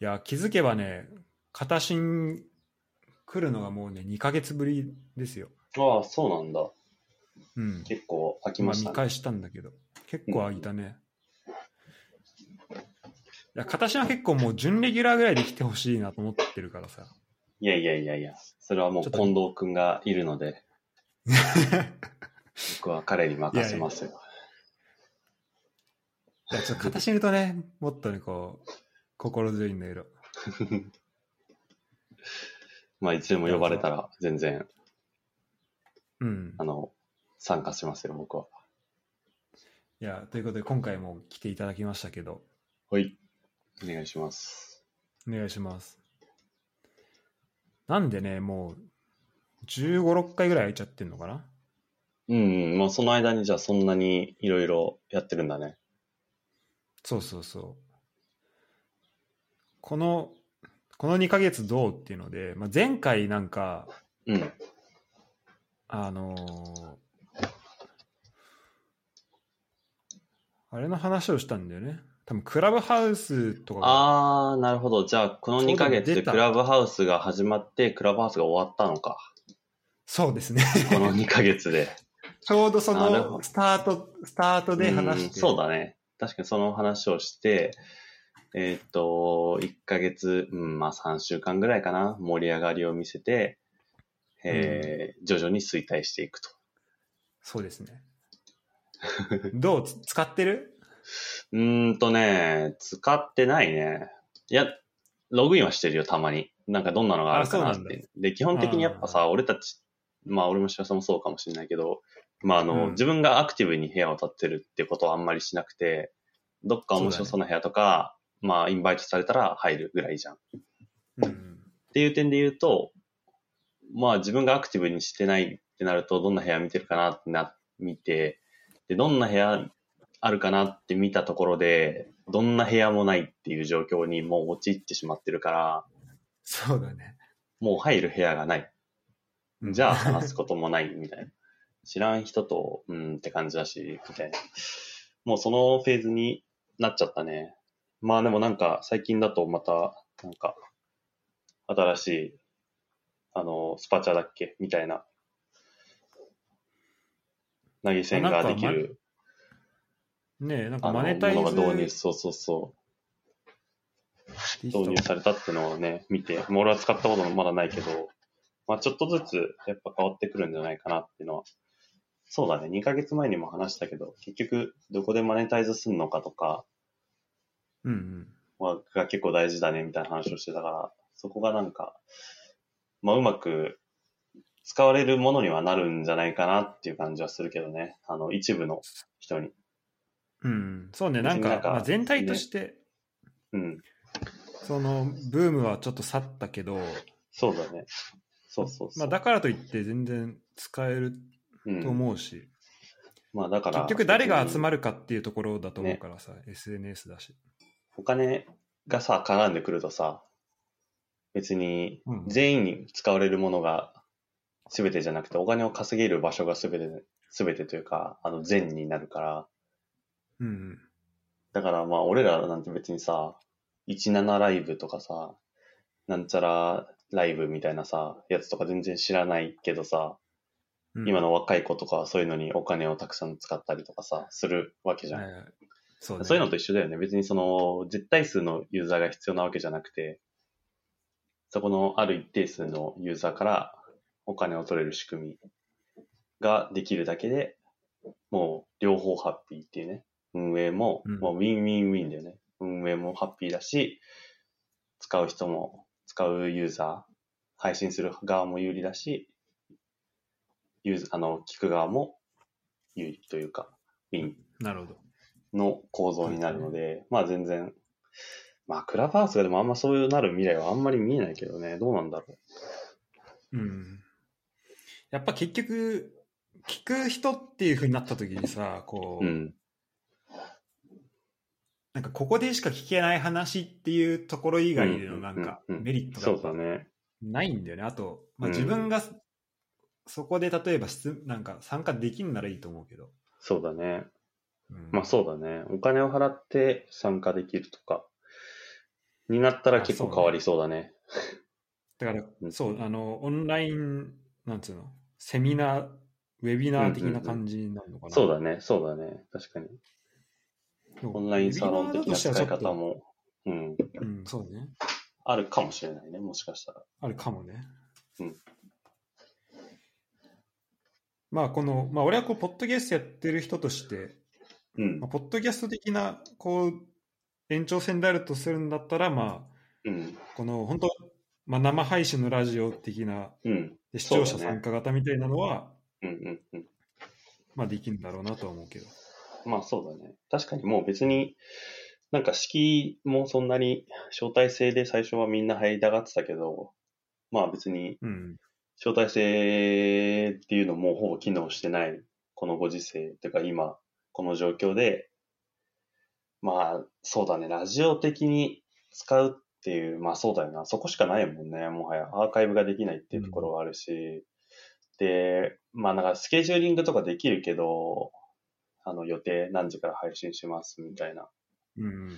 いや、気づけばね、片新来るのがもうね、2ヶ月ぶりですよ。ああ、そうなんだ。うん。結構飽きままあし見たね。返したんだけど、結構空いたね。いや、片新は結構もう準レギュラーぐらいで来てほしいなと思ってる からさ。いやいやいやいや、それはもうちょっと近藤くんがいるので、僕は彼に任せますよ。いや、ちょっと片新いるとね、もっとね、こう、心強いんだけど。まあ、いつでも呼ばれたら全然、うんあ。の、参加しますよ、僕は。いや、ということで今回も来ていただきましたけど、はい。お願いします。お願いします。なんでね、もう、15、6回ぐらい空いちゃってんのかなうん、うんまあ、その間にじゃあそんなにいろいろやってるんだね。そうそうそう。この、この2ヶ月どうっていうので、まあ、前回なんか、うん。あのーあれの話をしたんだよね。多分クラブハウスとかがあー、なるほど。じゃあ、この2ヶ月そうだで出たクラブハウスが始まって、クラブハウスが終わったのか。そうですね。この2ヶ月で。 ちょうどそなるほのどスタート、スタートで話して。うんそうだね。確かにその話をして、えーっと、1ヶ月、うん、まあ3週間ぐらいかな、盛り上がりを見せて、えー徐々に衰退していくと。そうですね。どうつ使ってるうーんとね、使ってないね。いや、ログインはしてるよ、たまに。なんかどんなのがあるかなあっそうなんて。で、基本的にやっぱさ、俺たち、まあ俺もしわさんもそうかもしれないけど、まああの、うん自分がアクティブに部屋を立ってるってことはあんまりしなくて、どっか面白そうな部屋とか、まあインバイトされたら入るぐらいじゃん。っうん。ていう点で言うと、まあ自分がアクティブにしてないってなると、どんな部屋見てるかなってな、見て、で、どんな部屋あるかなって見たところで、どんな部屋もないっていう状況にもう陥ってしまってるから、そうだね。もう入る部屋がない。うんじゃあ話すこともないみたいな。知らん人と、うんって感じだし、みたいな。もうそのフェーズになっちゃったね。まあでもなんか最近だとまた、なんか、新しい、あの、スパチャだっけみたいな。投げ銭ができる、ねえ、なんあかの、マもネタイズのが導入、そうそうそう。できた導入されたってのをね、見て、もう俺は使ったこともまだないけど、まあちょっとずつやっぱ変わってくるんじゃないかなっていうのは、そうだね、2ヶ月前にも話したけど、結局どこでマネタイズするのかとかうんうん。はが結構大事だねみたいな話をしてたから、そこがなんか、まあうまく使われるものにはなるんじゃないかなっていう感じはするけどね、あの一部の人に。うん、そうね、なんか、なんかまあ、全体として、うん、そのブームはちょっと去ったけど、そうだね。そうそうそう。まあ、だからといって全然使えるうんと思うし、まあだから、結局誰が集るまるかっていうところだと思うからさ、SNS だし。お金がさ、絡んでくるとさ、別にうん全員に使われるものが全てじゃなくて、お金を稼げる場所が全て、全てというか、あの、善になるから、うんうん、だからまあ、俺らなんて別にさ、17ライブとかさ、なんちゃらライブみたいなさ、やつとか全然知らないけどさ、うん今の若い子とかはそういうのにお金をたくさん使ったりとかさ、するわけじゃん。はいはいそう,、そういうのと一緒だよね。別にその、絶対数のユーザーが必要なわけじゃなくて、そこのある一定数のユーザーからお金を取れる仕組みができるだけで、もう両方ハッピーっていうね。運営も、うんもうウィンウィンウィンだよね。運営もハッピーだし、使う人も、使うユーザー、配信する側も有利だし、ユーザー、あの、聞く側も有利というか、ウィンなるほど。の構造になるので、まあ全然、まあクラブハウスがでもあんまそういうなる未来はあんまり見えないけどね、どうなんだろうう。ん、やっぱ結局、聞く人っていうふうになった時にさ、こう、うん。なんかここでしか聞けない話っていうところ以外うんうんうのんなんかうんメリットがそやうっぱだね。ないんだよね。あと、まあ、うん自分がそこで例えば質なんか参加できんならいいと思うけど。そうだね。うんまあそうだね。お金を払って参加できるとか、になったら結構変わりそうだね。だからう、んそう、あの、オンライン、なんつうの、セミナー、ウェビナー的な感じになるのかな。そうだね、そうだね。確かに。でもオンラインサロン的な使いウェビナーだとしたらち方ょっも、うん、とうん、そうね。あるかもしれないね、もしかしたら。あるかもね。うんまあ、この、まあ、俺はこう、ポッドキャストやってる人として、うんまあ、。ポッドキャスト的な、こう、延長線であるとするんだったら、まうんあ。、この、本当まあ、生配信のラジオ的な、うん。で視聴そ者うだね参加型みたいなのは、うん。うん。うん。まあ、できるんだろうなとは思うけど。まあそうだね。確かにもう別に、なんか式もそんなに招待制で最初はみんな入りたがってたけど、まあ別にうん。招待制っていうのもほぼ機能してない、このご時世というか今、この状況で、まあそうだね、ラジオ的に使うっていう、まあそうだよな、そこしかないもんね、もはやアーカイブができないっていうところはあるし、で、まあなんかスケジューリングとかできるけど、あの予定何時から配信しますみたいな。うん。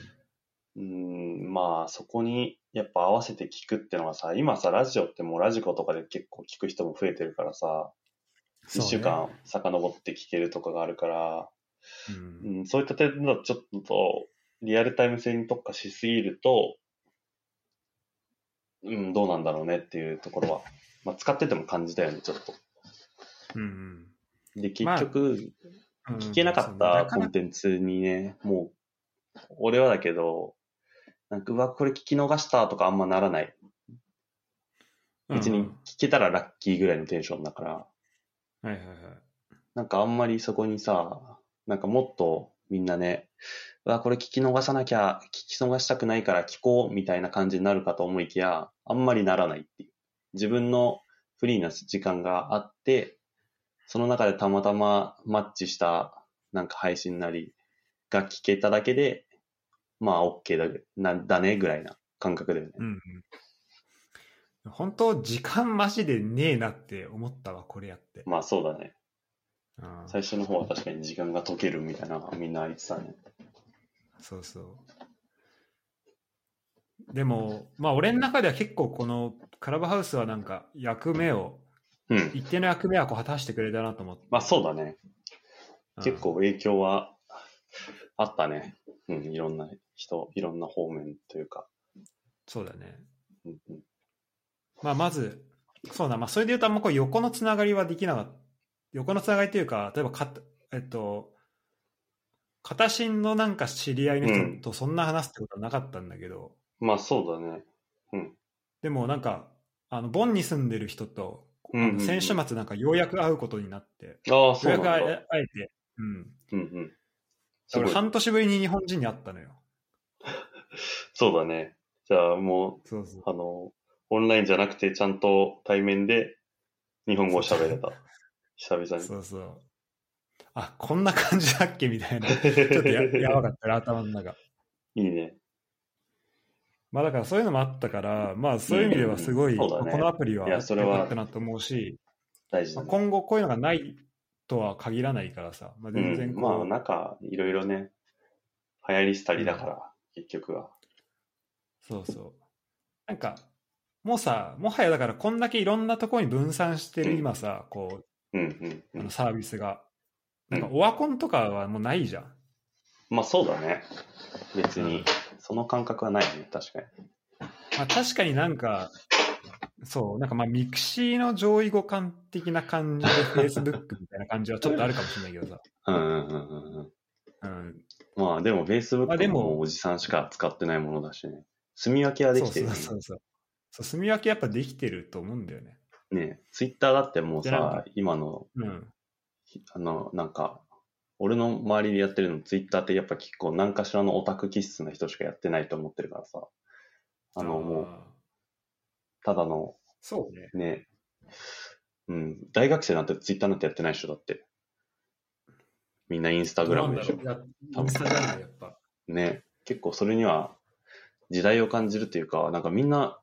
うん、まあそこにやっぱ合わせて聞くってのがさ、今さ、ラジオってもうラジコとかで結構聞く人も増えてるからさ、一そうね週間遡って聞けるとかがあるから、う。うんん、そういった点だとちょっとリアルタイム性に特化しすぎると、うん、どうなんだろうねっていうところは、まあ、使ってても感じたよね、ちょっと。うん。で、まあ結局、うん聞けなかっそうたねコンテンツにね、もう、俺はだけど、なんか、うわ、これ聞き逃したとかあんまならない。別にう聞んけたらラッキーぐらいのテンションだから、はいはいはい。なんかあんまりそこにさ、なんかもっとみんなね、うわ、これ聞き逃さなきゃ、聞き逃したくないから聞こうみたいな感じになるかと思いきや、あんまりならないっていう。自分のフリーな時間があって、その中でたまたまマッチしたなんか配信なりが聞けただけで、まあ OK だなだねぐらいな感覚だよね。うん。本当、時間マジでねえなって思ったわ、これやって。まあそうだね。うん、最初の方は確かに時間が解けるみたいなのがみんな言ってたね。そうそう。でも、まあ、俺の中では結構このクラブハウスはなんか役目を、うん。一定の役目はこう果たしてくれたなと思って。まあそうだね。うん結構影響はあったね。うん、いろんな人、いろんな方面というか。そうだね。うんうん、まあ、まず、そうだ、まあ、それで言うと、あんまこう横のつながりはできなかった。横のつながりというか、例えばかた、えっと、片親のなんか知り合いの人とそんな話すってことはなかったんだけど、まあそうだね。うん。でもなんか、あの、ボンに住んでる人と、あうんうんうんの先週末なんかようやく会うことになって、ああ、よそううなやんく会だ。え会えて、うん。うんうん。だすかごらい。半年ぶりに日本人に会ったのよ。そうだね。じゃあもそうそうう、。あの、オンラインじゃなくて、ちゃんと対面で日本語を喋れた。久々に。そうそう。あ、こんな感じだっけみたいな。ちょっ とややばかったね、頭の中。いいね。まあだからそういうのもあったから、まあそういう意味ではすごい、うんうんそうだまねあこのアプリはい良やそれはかったなと思うし、大事まだあね。今後こういうのがないとは限らないからさ、まあ、全然うん、こう、まあなんか、いろいろね、流行り廃りだから、結局は。そうそう。なんか、もうさ、もはやだからこんだけいろんなところに分散してるうん今さ、こうんうんう、うあのん。サービスが。なんかうオワコンとかはもうないじゃん。まあそうだね。別に、その感覚はないね、確かに。まあ確かになんか、そう、なんかまあミクシーの上位互換的な感じで Facebook みたいな感じはちょっとあるかもしれないけどさ。うんうんうんうんうん。うん、まあでもまあで Facebook ももおじさんしか使ってないものだしね。住み分けはでそうきてそうるよね。そうそう。そう住み分けやっぱできてると思うんだよね。ね Twitter だってもうでなんさか、今の、うん。あの、なんか、俺の周りでやってるの Twitter ってやっぱ結構何かしらのオタク気質な人しかやってないと思ってるからさ。あの、もう、う。ただのそうね。ね、うん、大学生なんて Twitter なんてやってない人だって。みんなインスタグラムでしょどう。なんだろういやインスタじゃないやっぱ。ね、結構それには時代を感じるというか、なんかみんな、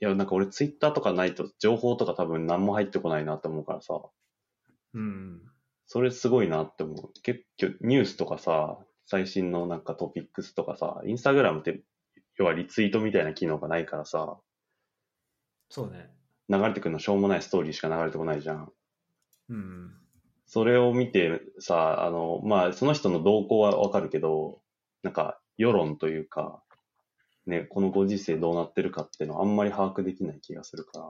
いや、なんか俺ツイッターとかないと情報とか多分何も入ってこないなって思うからさ、うん。それすごいなって思う。結局ニュースとかさ、最新のなんかトピックスとかさ、インスタグラムって要はリツイートみたいな機能がないからさ、そうね。流れてくるのしょうもないストーリーしか流れてこないじゃん。うん。それを見てさ、あの、まあ、その人の動向はわかるけど、なんか、世論というか、ね、このご時世どうなってるかっていうのはあんまり把握できない気がするから、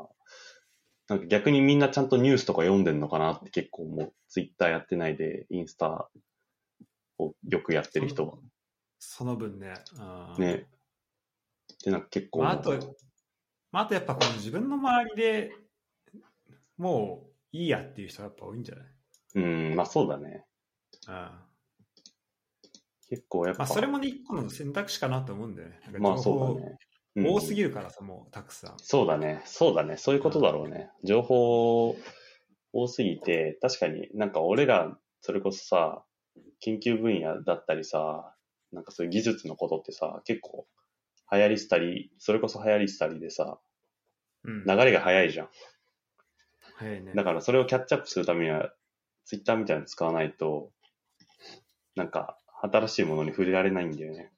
なんか逆にみんなちゃんとニュースとか読んでんのかなって結構思う。ツイッターやってないで、インスタをよくやってる人は。その分ね。うんね。で、なんか結構まあ、思あう、と、まあ、あとやっぱこの自分の周りでもういいやっていう人がやっぱ多いんじゃないうん、まあそうだね。うん。結構やっまぱ。あ、それもね、一個の選択肢かなと思うんだよね。なんかまあ情そう報だね。多すぎぎるからさ、もうたくさん。そうだね。そうだね。そういうことだろうね。情報多すぎて、確かになんか俺ら、それこそさ、研究分野だったりさ、なんかそういう技術のことってさ、結構流行りしたり、それこそ流行りしたりでさ、うん。流れが早いじゃん。早いね。だからそれをキャッチアップするためには、ツイッターみたいなの使わないと、なんか新しいものに触れられないんだよね。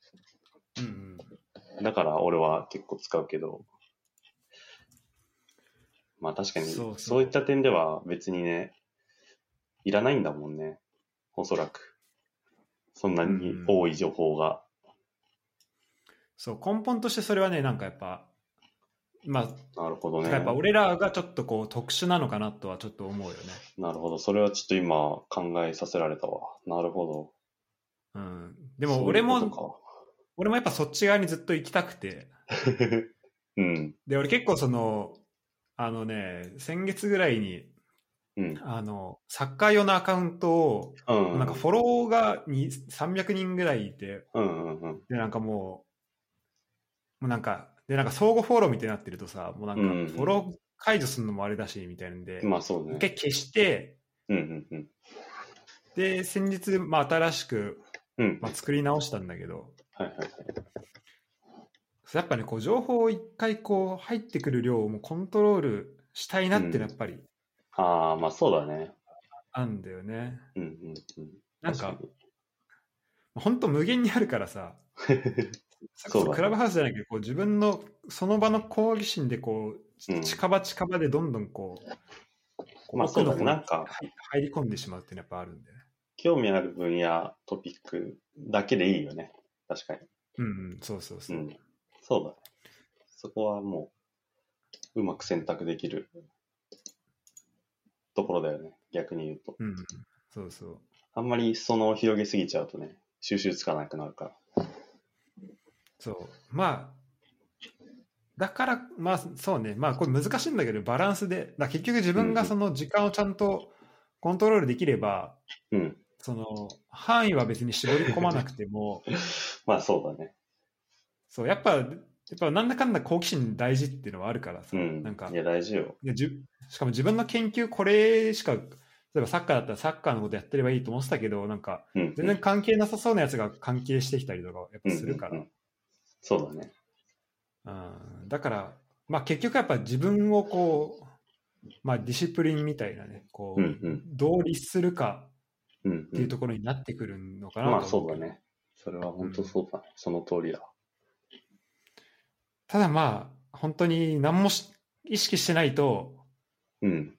うんうん、だから俺は結構使うけど、まあ確かにそうそそうういった点では別にね、いらないんだもんね、おそらく。そんなに多い情報が。そう、根本としてそれはね、なんかやっぱ、まあ、なるほどだね。からやっぱ俺らがちょっとこう特殊なのかなとはちょっと思うよね。なるほど。それはちょっと今考えさせられたわ。なるほうん。でど。も俺そういうも、こ俺もやっぱそっち側にずっと行きたくて。とかうん。で、俺結構その、あのね、先月ぐらいに、うん。あの、サッカー用のアカウントを、うん。なんかフォローがに300人ぐらいいて、うんうんうん。で、なんかもう、もうなんか、で、なんか相互フォローみたいになってるとさ、もうなんかうんうんフォロー解除するのもあれだし、みたいなんで、まあそう一ね。回消して、うんうんうん。で、先日、まあ新しく、うん。まあ、作り直したんだけど、はいはいはい。やっぱね、こう情報を一回こう入ってくる量をもうコントロールしたいなっていうのはやっぱりああ、まあそうだね。あんだよね。うんうんうん。なんか確に、本当無限にあるから さそれこそうだそねクラブハウスじゃないけどこう自分のその場の好奇心でこうんう近場近場でどんどんこう,、まあそう奥だねの方になんかはい入り込んでしまうっていうのはやっぱあるんで、ね興味ある分野、トピックだけでいいよね。確かに。うんうん、そうそうそうう、ん。そうだね。そこはもう、うまく選択できるところだよね。逆に言うと。うんうん、そうそうあんまりその広げすぎちゃうとね、収集つかなくなるから。そうまあだからまあそうねまあこれ難しいんだけどバランスでだから結局自分がその時間をちゃんとコントロールできれば、うん。 その範囲は別に絞り込まなくてもまあそうだね。そう、やっぱ、やっぱなんだかんだ好奇心大事っていうのはあるからさ、うん。なんかいや、大事よ。でじゅしかも自分の研究、これしか、例えばサッカーだったらサッカーのことやってればいいと思ってたけど、なんか、うん。全然関係なさそうなやつが関係してきたりとか、やっぱするかうんらう、んそうだね。うんだから、まあ結局やっぱ自分をこう、まあディシプリンみたいなね、こうう、んうん。どう律するかうん、っていうところになってくるのかなとま思あうそうだけどね。それは本当そうだね。その通りだ。ただまあ、本当に何もし意識してないと、うん。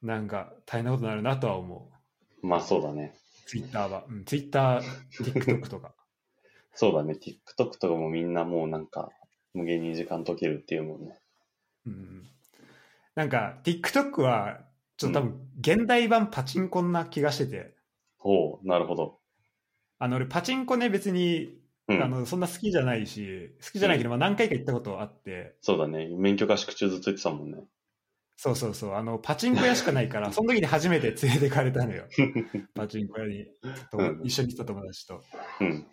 なんか大変なことになるなとは思う。まあそうだね。ツイッターは。うん、ツイッター、TikTok と か。そうだね、TikTok とかもみんなもうなんか、無限に時間解けるっていうもんね。うん、なんか、TikTok は、ちょっと多分、現代版パチンコな気がしてて、ほう、なるほど。あの、俺、パチンコね、別に、うあん、の、そんな好きじゃないし、好きじゃないけど、まあ何回か行ったことあって、そうだね、免許合宿中ずっと言ってたもんね。そうそうそう、あの、パチンコ屋しかない から、その時に初めて連れてかれたのよ。パチンコ屋に、とうん一緒に行った友達と。うん。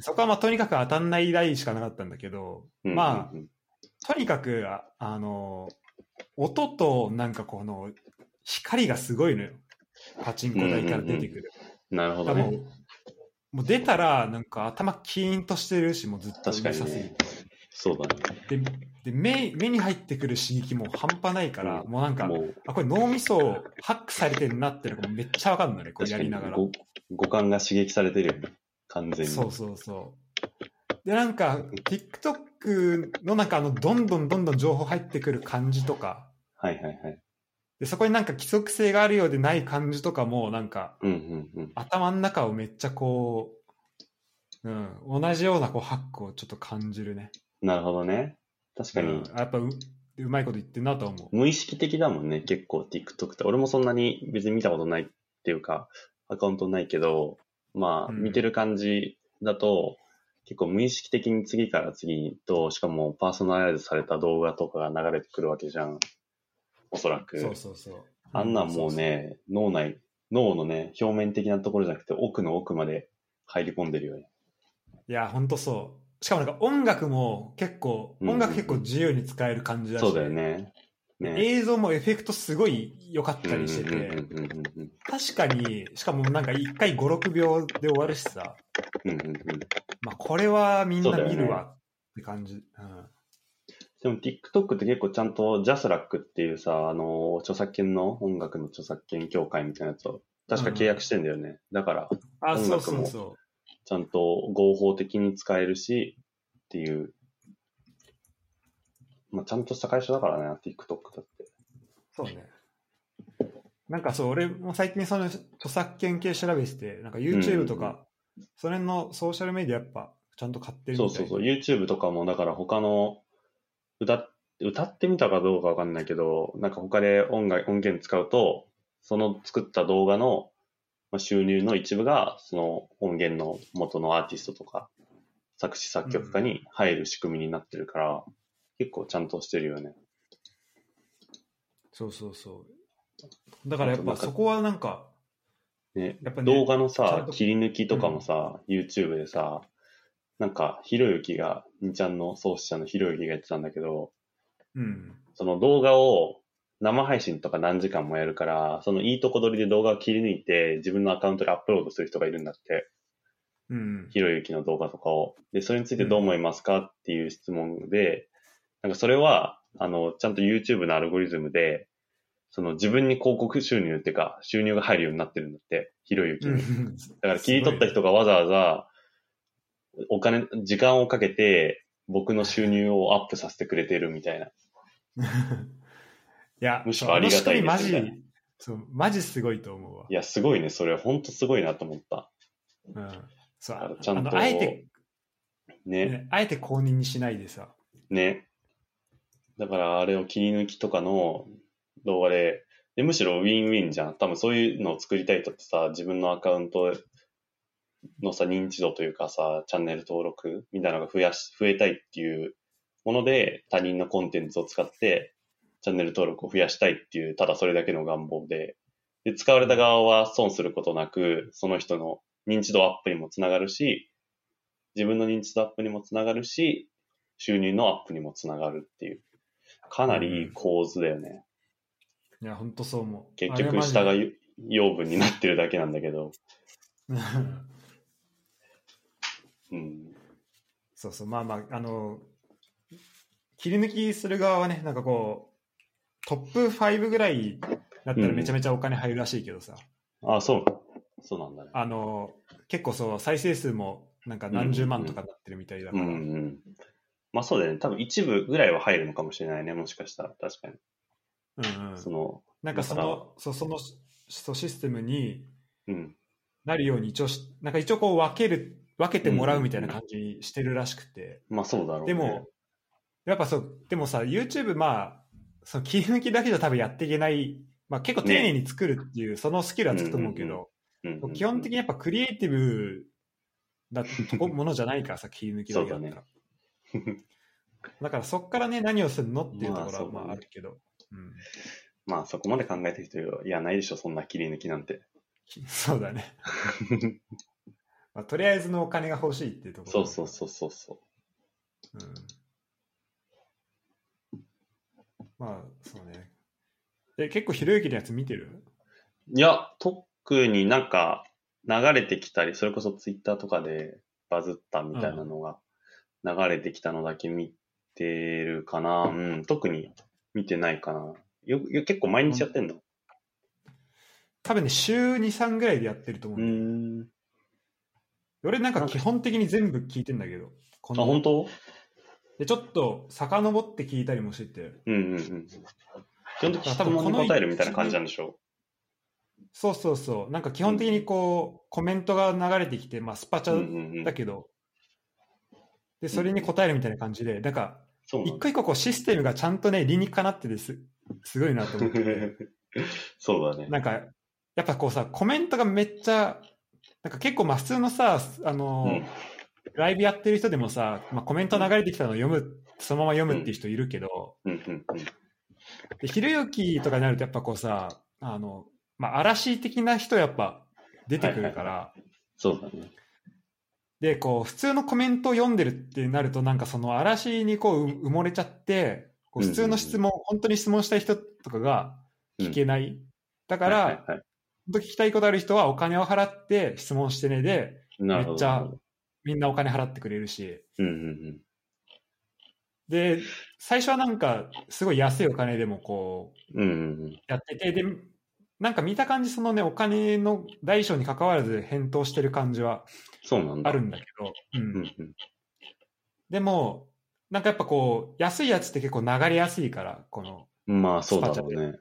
そこはまあ、とにかく当たんない台しかなかったんだけど、うんまあうんとにかくああの音となんかこの光がすごいのよパチンコ台から出てくる、なるほどだからね。もうもう出たらなんか頭キーンとしてるしもうずっと確かにさすぎね。そうだね。てでで目目に入ってくる刺激も半端ないから、うもうなんかもう、あこれ脳みそをハックされてんなってのがめっちゃわかんのねこれ確やかりにながらご五感が刺激されてるよね。完全に。そうそうそうはい。で、なんか、TikTok のなんかあの、どんどんどんどん情報入ってくる感じとか、はいはいはい。で、そこになんか規則性があるようでない感じとかも、なんか、うんうんうん。頭の中をめっちゃこう、うん、同じようなこうハックをちょっと感じるね。なるほどね。確かに、うん、やっぱう、うまいこと言ってんなとは思う。無意識的だもんね、結構 TikTok って。俺もそんなに別に見たことないっていうか、アカウントないけど、まうあ、ん見てる感じだと、結構無意識的に次から次と、しかもパーソナライズされた動画とかが流れてくるわけじゃん。おそらく。そうそうそう。あんなんもうね、脳内、脳のね、表面的なところじゃなくて、奥の奥まで入り込んでるよね。いや、ほんとそう。しかもなんか音楽も結構、うん音楽結構自由に使える感じだし、そうだよね。ね。映像もエフェクトすごい良かっうんうたんりうしてて、んうんうんうん確かに、しかもなんか1回5、6秒で終わるしさ、うんうんうんまあこれはみんそうなだよね見るわって感じ。うんでも TikTok って結構ちゃんと JASRAC っていうさ、あの、著作権の音楽の著作権協会みたいなやつを、確か契約してんだよね。だから、あ、音そう楽そもうそちゃんと合法的に使えるし、っていう。まあ、ちゃんとした会社だからね、TikTok だって。う。そうね。なんかそう、俺も最近その著作権系調べてて、なんか YouTube とうんうんか、それのソーシャルメディアやっぱちゃんと買ってるみたそいうな。そうそう、YouTube とかも、だから他の歌っ、歌ってみたかどうかわかんないけど、なんか他で音楽、音源使うと、その作った動画のまあ収入の一部が、その音源の元のアーティストとか、作詞作曲家に入る仕組みになってるから、結構ちゃんとしてるよね。そうそうそう。だからやっぱそこはなんか、ねやっぱね動画のちゃんさ、と切り抜きとかもさ、YouTube でさ、なんか、ひろゆきが、にちゃんの創始者のひろゆきがやってたんだけど、うん。その動画を生配信とか何時間もやるから、そのいいとこ取りで動画を切り抜いて、自分のアカウントでアップロードする人がいるんだって、うん。ひろゆきの動画とかを。で、それについてどう思いますかっていう質問で、なんかそれは、あの、ちゃんと YouTube のアルゴリズムで、その自分に広告収入っていうか、収入が入るようになってるんだって、ひろゆきうに。んだから切り取った人がわざわざ、お金、時間をかけて、僕の収入をアップさせてくれてるみたいな。 いや、 むしろありがたいあの仕組みですみたマジ、そう、マジすごいと思うわ。いや、すごいね。それ、ほんとすごいなと思った。うん。そう、だかあらちゃんあと、のあえて、ね、ね、あえて公認にしないでさ。ね。だから、あれを切り抜きとかの動画で、でむしろウィンウィンじゃん。多分そういうのを作りたい人ってさ、自分のアカウントのさ、認知度というかさ、チャンネル登録みたいなのが増やし、増えたいっていうもので、他人のコンテンツを使って、チャンネル登録を増やしたいっていう、ただそれだけの願望で、で、使われた側は損することなく、その人の認知度アップにもつながるし、自分の認知度アップにもつながるし、収入のアップにもつながるっていう、かなりいい構図だよね。いや、ほんとそう思う。結あれは局、マジ下が養分になってるだけなんだけど、うんうん。 そうそう、まあまあ、あの、切り抜きする側はね、なんかこう、トップ5ぐらいだったらめちゃめちゃお金入るらしいけどさ、あ、そう。そうなんだね。あの、結構そう、再生数もなんか何十万とかなってるみたいだかうら、んうん。まあそうだよね。多分一部ぐらいは入るのかもしれないね。もしかしたら。確かに。うんうんその、なんかそだからの、そうその、そうシステムにうん。なるように一応し、なんか一応こう分ける、分けてもらうみたいな感じにしてるらしくて、まあそうだろう、ね。でも、、やっぱそう、でもさ、YouTube まあ、その切り抜きだけじゃ多分やっていけない、まあ結構丁寧に作るっていう、そのスキルはつくと思うけど、うんうん基本的にやっぱクリエイティブなとこものじゃないから さ、切り抜きだけだったら。そだからそこからね、何をするのっていうとこまあろそうはだねまああるけど。うんまあそこまで考えてる人いやないでしょ。そんな切り抜きなんて。 そうだね。まあ、とりあえずのお金が欲しいっていうところ。そうそうそうそうそうん。まあ、そうね。え、結構ひろゆきのやつ見てるう。いや、特になんか流れてきたり、それこそツイッターとかでバズったみたいなのが流れてきたのだけ見てるかな。うん。特に見てないかな。よよ結構毎日やってんの多分ね、週2、3ぐらいでやってると思うう。ん。俺なんか基本的に全部聞いてんだけど、こあ、本当で、ちょっと遡って聞いたりもしてて、うんうんうん。基本的に質問に答えるみたいな感じなんでしょそうそうそう、なんか基本的にこう、コメントが流れてきて、まあ、スパチう。うんャうんうんだ。けど、で、それに答えるみたいな感じで、なんか、そうなん一だ。個一個こうシステムがちゃんとね、理にかなってです、すごいなと思って てそうだね。なんか、やっぱこうさ、コメントがめっちゃ、なんか結構、まあ、普通のさ、あの、うんライブやってる人でもさ、まあ、コメント流れてきたのを読む、そのまま読むっていう人いるけど、うんうんうん。で、ひろゆきとかになるとやっぱこうさ、あの、まあ、嵐的な人やっぱ出てくるから、そうだね。で、こう、普通のコメントを読んでるってなると、なんかその嵐にこうう埋もれちゃって、こう普通の質問、本当に質問したい人とかが聞けない。だだから、はいはい本当聞きたいことある人はお金を払って質問してねで、なるほど。めっちゃみんなお金払ってくれるし、うんうんで、最初はなんか、すごい安いお金でもこう、うん。うんうんうん。やってて、で、なんか見た感じ、そのね、お金の大小に関わらず返答してる感じはそうなんだ。あるんだけど、うんうんうん。でも、なんかやっぱこう、安いやつって結構流れやすいから、この、まあ、そうだろうね。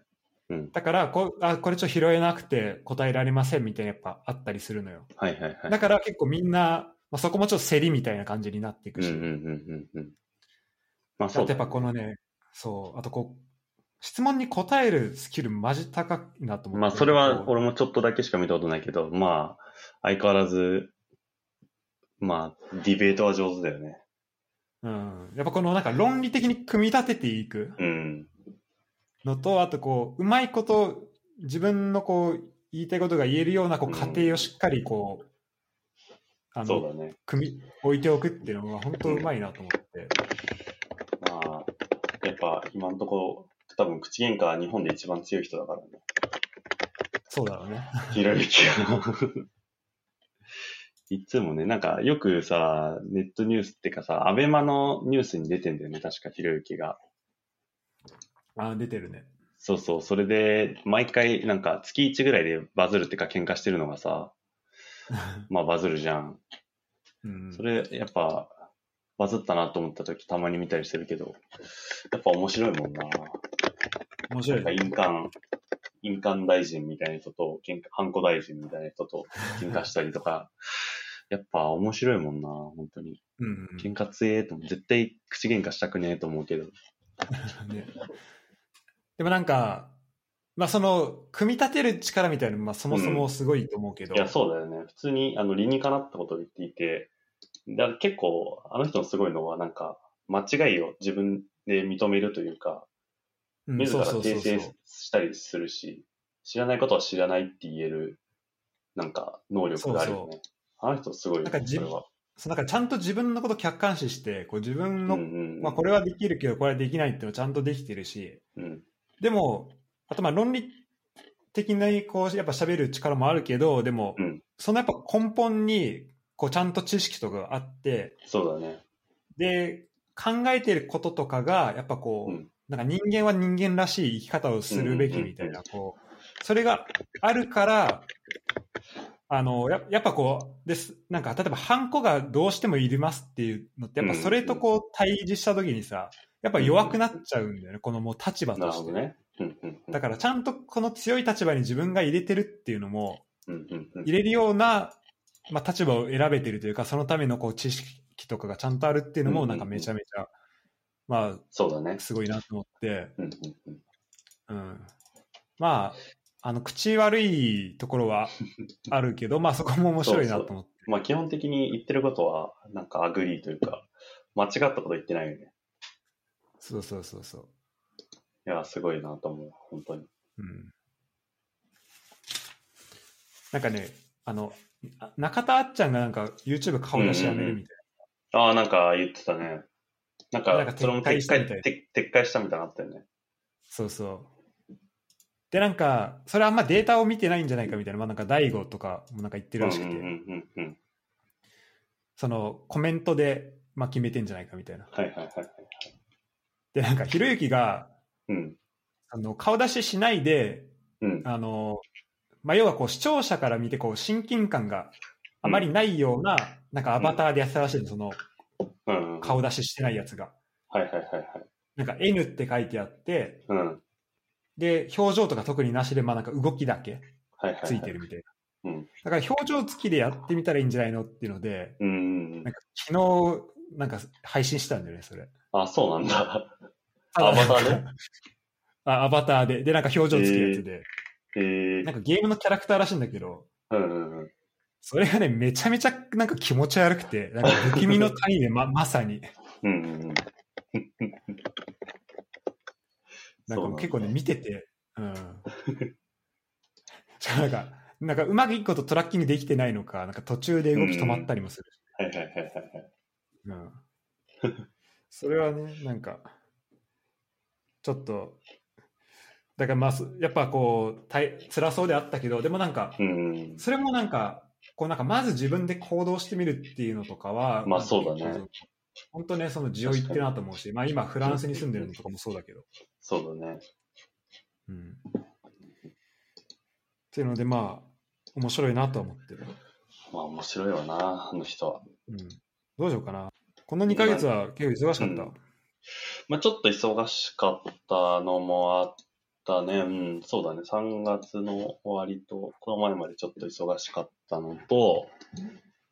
うん。だからこう、あ、これちょっと拾えなくて答えられませんみたいなやっぱあったりするのよ。はいはいはい。だから結構みんな、まあ、そこもちょっと競りみたいな感じになっていくうんし、うんだうんうんうん。まあ、そうってだやっぱこのね、そう、あとこう、質問に答えるスキルマジ高いなと思って。まあ、それこはう俺もちょっとだけしか見たことないけど、まあ、相変わらず、まあ、ディベートは上手だよね。うん。やっぱこのなんか論理的に組み立てていくうん。のと、あとこう、うまいこと、自分のこう、言いたいことが言えるようなこう過程をしっかりこう、あそうの、だね。組み置いておくっていうのが本当うまいなと思って。まあ、やっぱ今のところ、多分口喧嘩は日本で一番強い人だからね。そうだろうね。ひらめきが。いつもね、なんかよくさ、ネットニュースってかさ、アベマのニュースに出てんだよね、確かひろゆきが。あ出てるね。 そうそう、それで、毎回なんか月1ぐらいでバズるってか喧嘩してるのがさ、まあバズるじゃん。うん、それ、やっぱ、バズったなと思った時たまに見たりしてるけど、やっぱ面白いもんな。面白なんいかね。印鑑、印鑑大臣みたいな人と、喧嘩ハンコ大臣みたいな人と喧嘩したりとか、やっぱ面白いもんな、本当に。うん喧嘩強えと思う、絶対口喧嘩したくねえと思うけど。うん、ねでもなんか、まあその、組み立てる力みたいなのも、まあそもそもすごいと思うけど、いや、そうだよね。普通に、あの、理にかなったことを言っていて、だから結構、あの人のすごいのは、なんか、間違いを自分で認めるというか、うん自そうらそうそう訂そう正したりするし、知らないことは知らないって言える、なんか、能力があるよね。あの人すごいよなね、んか自それは。そうなんかちゃんと自分のことを客観視して、こう自分の、うんうんまあこれはできるけど、これはできないっていうのをちゃんとできてるし、うん、でも、あとまあ論理的なこう、やっぱ喋る力もあるけど、でも、うんそのやっぱ根本に、こうちゃんと知識とかがあって、そうだね。で、考えてることとかが、やっぱこう、うんなんか人間は人間らしい生き方をするべきみたいな、こう、それがあるから、あの、ややっぱこう、です、なんか例えばハンコがどうしてもいりますっていうのって、やっぱそれとこう対峙した時にさ、やっぱ弱くなっちゃうんだよね、このもう立場となるしほて。どね。うんうんうんだからちゃんとこの強い立場に自分が入れてるっていうのも、うんうんうん入れるような、まあ、立場を選べてるというか、そのためのこう知識とかがちゃんとあるっていうのうも、んうんなうんんかめちゃめちゃ、まそうだねあ、。すごいなと思って、うんうんうんうん。まあ、あの、口悪いところはあるけど、まあそこも面白いなと思って。まあ、基本的に言ってることは、なんか、アグリーというか、間違ったこと言ってないよね。そうそうそうそういや、すごいなと思う、本当に。う。ん。なんかね、あの、あ中田あっちゃんがなんか YouTube 顔出しやめるみたいああ、なんか言ってたね。ななんんかか、それも撤回撤した回みたい撤撤回したみたいなのあったよね。な。そうそう。で、なんか、それあんまデータを見てないんじゃないかみたいな、まあなんか大悟とかもなんか言ってうんるうんらしくて。うんうんうん。そのコメントで、まあ、決めてんじゃないかみたいな。はいはいはい。で、なんか、ひろゆきが、うん。あの、顔出ししないで、うん。あの、まあ、要はこう、視聴者から見て、こう、親近感があまりないような、なんかアバターでやってたらしいの、その、うん。顔出ししてないやつが。はいはいはいはい。なんか N って書いてあって、うん。はいで、表情とか特になしで、まあなんか動きだけはい、はい。ついてるみたいな。うんだから表情付きでやってみたらいいんじゃないのっていうので、うんな。んか昨日、なんか配信したんだよね、それ。あ、そうなんだ。 アバターね。 あアバターで。で、なんか表情付きのやつで。えーなんかゲームのキャラクターらしいんだけど、うんうんうん。それがね、めちゃめちゃなんか気持ち悪くて、なんか不気味の谷でままさに、うんうんうん。なんかもう結構ね、そうなんだ見てて、うん。しかもなんか、なんかうまくいくことトラッキングできてないのか、なんか途中で動き止まったりもするしはいはいはいはいはい。うん、 それはねなんかちょっとだからまあそやっぱこうたい辛そうであったけどでもなんかうんうん。それもなんかこうなんかまず自分で行動してみるっていうのとかはまあそうだね本当ねその需要いってるなと思うし、まあ、今フランスに住んでるのとかもそうだけど、そうだね。うん、っていうのでまあ面白いなとは思ってる、まあ面白いわな、あの人は。うん、どうしようかなこの2ヶ月は結構忙しかった、うんまあちょっと忙しかったのもあったね。うん、そうだね。3月の終わりと、この前までちょっと忙しかったのと、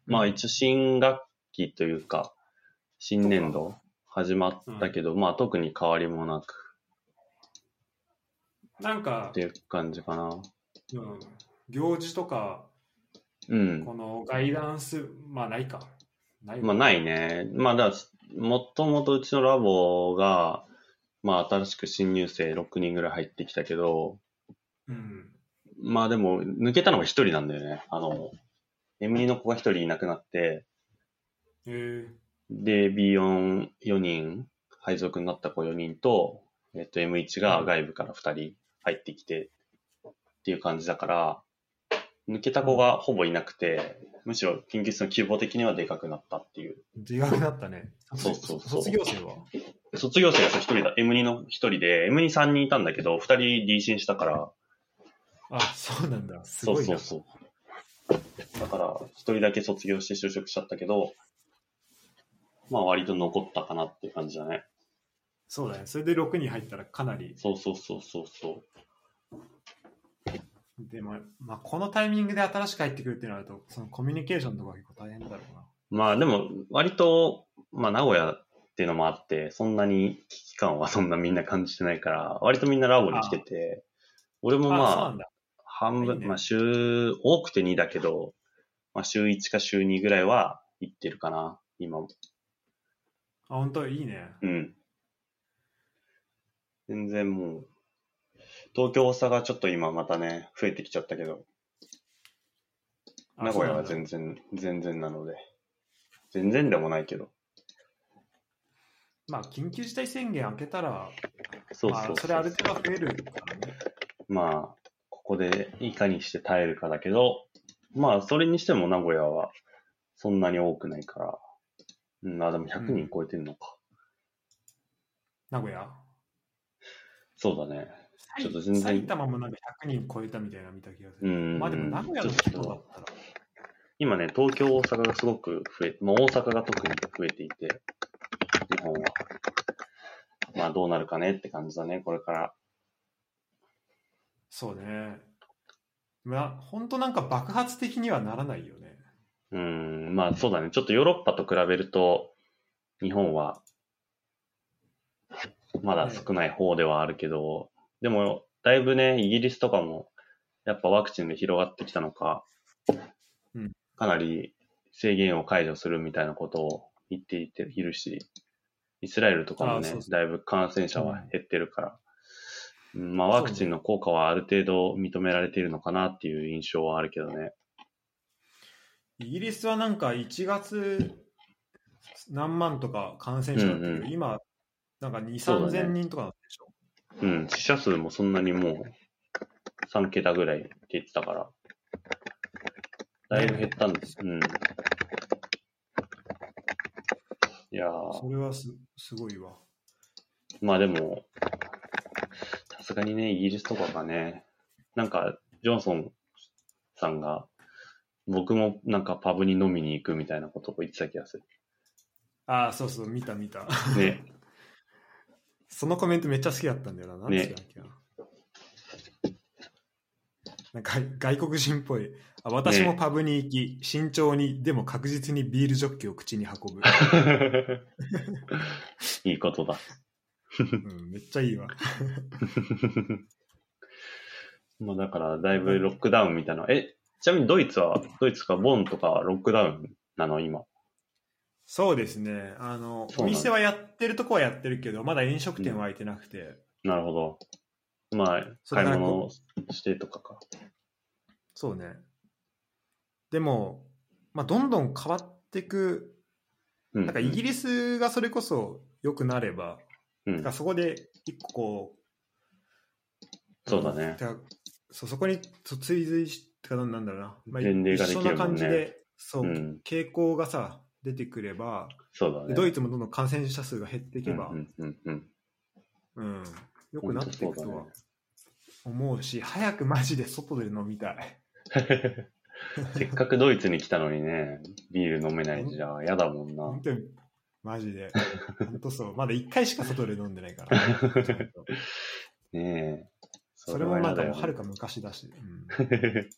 まあ一応新学期というか、新年度始まったけど、まあ特に変わりもなくなんかっていう感じかな。うん、行事とか、うんこ。のガイダンス、まあないか。ないまあないね。まあだから、もともとうちのラボが、まあ新しく新入生6人ぐらい入ってきたけど、うん。まあでも、抜けたのが一人なんだよね。あの、M2 の子が一人いなくなって、へえで、B44 人、配属になった子4人と、えっと、M1 が外部から2人入ってきてっていう感じだから、抜けた子がほぼいなくて、むしろ緊急室の規模的にはでかくなったっていう。自学だったね。そうそうそう卒業生は卒業生がさ、1人だ、M2 の1人で、M23 人いたんだけど、2人離心したから、あ、そうなんだ。すそごういそな。うそう。だから、一人だけ卒業して就職しちゃったけど、まあ割と残ったかなっていう感じだね。そうだね。それで6人入ったらかなり。そうそうそうそうそでも、まあ、このタイミングで新しく入ってくるっていうのはあると、そのコミュニケーションとか結構大変だろうな。う。まあでも、割と、まあ名古屋っていうのもあって、そんなに危機感はそんなみんな感じてないから、割とみんなラボに来てて、俺もあ、そうなまあん、だ。半分、いいねまあ週、多くて2だけど、まあ週1か週2ぐらいは行ってるかな、今も。あ、本当いいね。うん。全然もう、東京、大阪ちょっと今またね、増えてきちゃったけど、あ名古屋はそうなんだ全然、全然なので、全然でもないけど、まあ、緊急事態宣言明けたら、そうまそあう、それある程度は増えるからね。まあ、ここでいかにして耐えるかだけど、まあ、それにしても名古屋はそんなに多くないから、うん、あ、でも100人超えてんのか。名古屋。そうだね。ちょっと全然埼玉もなんか100人超えたみたいなの見た気がする。うん。まあでも名古屋の規模だったら、今ね、東京、大阪がすごく増えて、まあ、大阪が特に増えていて、日本は。まあどうなるかねって感じだね、これから。そうね。まあ、本当なんか爆発的にはならないよね。うん、まあそうだね、ちょっとヨーロッパと比べると、日本は、まだ少ない方ではあるけど、でも、だいぶね、イギリスとかも、やっぱワクチンで広がってきたのかうん、かなり制限を解除するみたいなことを言っていているし、イスラエルとかもあねそう、そだいぶ感染者は減ってるから、うんまあワクチンの効果はある程度認められているのかなっていう印象はあるけどね。イギリスはなんか1月何万とか感染者だったけど、うんうん今、なんか2、そう3だね千人とかなんでしょ。うん、死者数もそんなにもう3桁ぐらいって言ってたから、だいぶ減ったんです。うん。いやそー、れはすすごいわ。まあでも、さすがにね、イギリスとかがね、なんか、ジョンソンさんが、僕もなんかパブに飲みに行くみたいなことを言ってた気がする。ああ、そうそう、見た見た。 ね。 そのコメントめっちゃ好きだったんだよな。なんねつったっけななんか外国人っぽい。あ私もパブに行き、慎重に、でも確実にビールジョッキを口に 運ぶ。いいことだ。うん、めっちゃいいわ。まあだから、だいぶロックダウンみたいな。え、ちなみにドイツは、ドイツかボンとかはロックダウンなの、今。そうですね。あの、そうおなんだ店はやってるとこはやってるけど、まだ飲食店は開いてなくて。なるほど。まあ、それ買いから物してとかか。そうね。でも、まあ、どんどん変わっていく。うん。なんかイギリスがそれこそ良くなれば、うんだからそこで一個こう、そうだね。てかそうそこにそう追随してかなんなんだろうな、まあ、前例がで一緒きるもんねな感じで、そう、うん傾向がさ、出てくれば、そうだね。ドイツもどんどん感染者数が減っていけば、うんうんうん うん。うん、良くなっていくと本は思うし、早くマジで外で飲みたい。せっかくドイツに来たのにね、ビール飲めないじゃ嫌だもんな本。当に、マジで。本当そう。まだ1回しか外で飲んでない から。ちゃんとねえ。それもなんかもうはるか。か昔だし。うん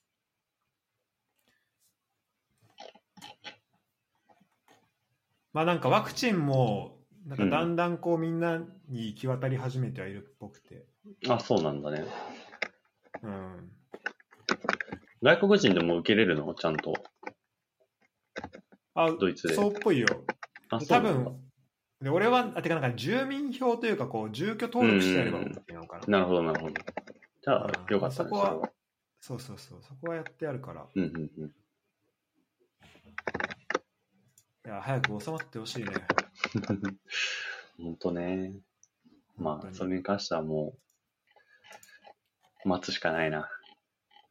まあなんかワクチンも、なんかだんだんこうみんなに行き渡り始めてはいるっぽくて。 あ、そうなんだね。うん。外国人でも受けれるのちゃんと。あ、ドイツでそうっぽいよ。あ、でそ多うなんだ分、で俺は、あてかなんか住民票というかこう住居登録してやれば OK なのかな。なるほど、なるほど。じゃあ、うんよかったそね。こはれそうそうそう。そこはやってあるから。うんうんうん。いや、早く収まってほしいね。本当ね。ま本当あ、にそれに関してはもう、待つしかないな。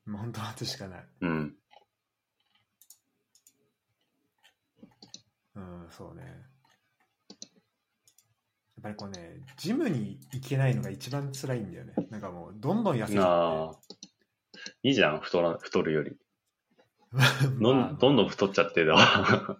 もう本当待つしかない。うん。うん、そうね。やっぱりこうね、ジムに行けないのが一番辛いんだよね。なんかもう、どんどん痩せちゃあっあ。いいじゃん、太ら、太るより。て。どまあん、どんどん太っちゃってだわ。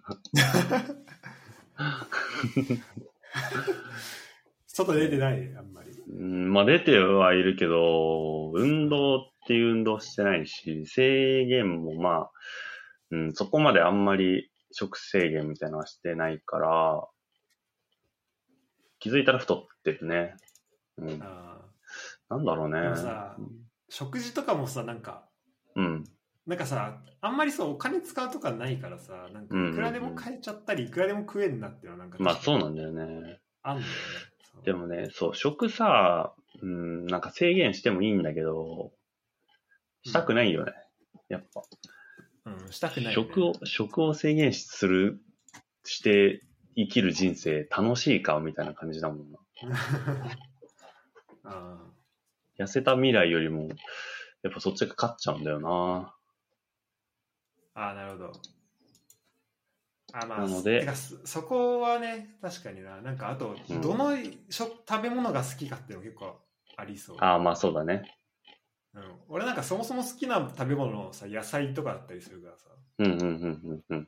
外出てない、あんまり。うん、まあ出てはいるけど、運動っていう運動してないし、制限もまあ、うん、そこまであんまり食制限みたいなのはしてないから、気づいたら太ってるね。うん。ああなんだろうねでもさ。食事とかもさ、なんか、うん。なんかさ、あんまりそう、お金使うとかないからさ、なんかいくらでも買えちゃったり、いくらでも食えんなっていうのは、なんか、まあそうななんだよね。あんだよね。そうでもね、そう、食さ、うん、なんか制限してもいいんだけど、したくないよね。やっぱ。うん、したくない、ね。食を、食を制限する、して生きる人生楽しいかみたいな感じだもんな。 ああ痩せた未来よりも、やっぱそっちが勝っちゃうんだよな。ああ、なるほど。あまあ、なのでてかそそこはね、確かにな。なんかあと、うんどの食食べ物が好きかっていうの結構ありそう。ああ、まあそうだね。うん、俺なんかそもそも好きな食べ物のさ、野菜とかだったりするからさ。うんうんうんうんうん。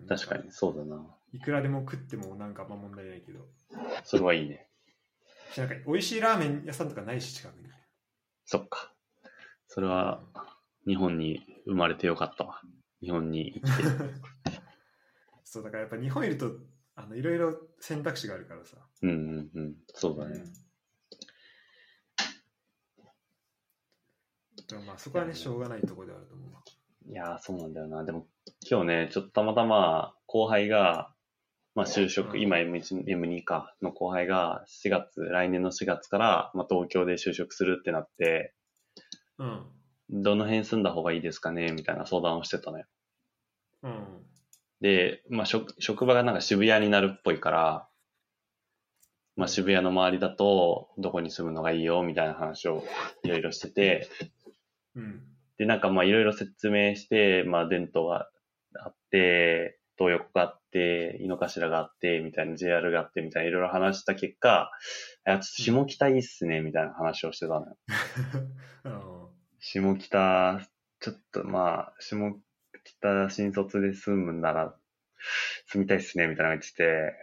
うん確か。なんに、そうだな。いくらでも食ってもなんかあんま問題ないけど。それはいいね。しなんか美味しいラーメン屋さんとかないし、近くに。そっか。それは、日本に生まれてよかったわ。日本に生きて。そう、だからやっぱ日本いると、あの、いろいろ選択肢があるからさ。うんうんうん。そうだうねん。でもまあそこはね、しょうがないところではあると思うわ。いやー、そうなんだよな。でも、今日ね、ちょっとたまたま、後輩が、まあ、就う職、ん今 M1、M2 か、の後輩が、4月、来年の4月から、まあ、東京で就職するってなって、うん。どの辺住んだ方がいいですかねみたいな相談をしてたのよ。うん。で、まあ、職、職場がなんか渋谷になるっぽいから、まあ、渋谷の周りだと、どこに住むのがいいよみたいな話をいろいろしてて、うん。で、なんかまあいろいろ説明して、まあ伝統があって、東横があって、井の頭があって、みたいな JR があって、みたいないろいろ話した結果、いや、ちょっと下北いいっすね、みたいな話をしてたのよ。あの下北、ちょっとまあ、下北新卒で住むなら、住みたいっすね、みたいなのが言ってて、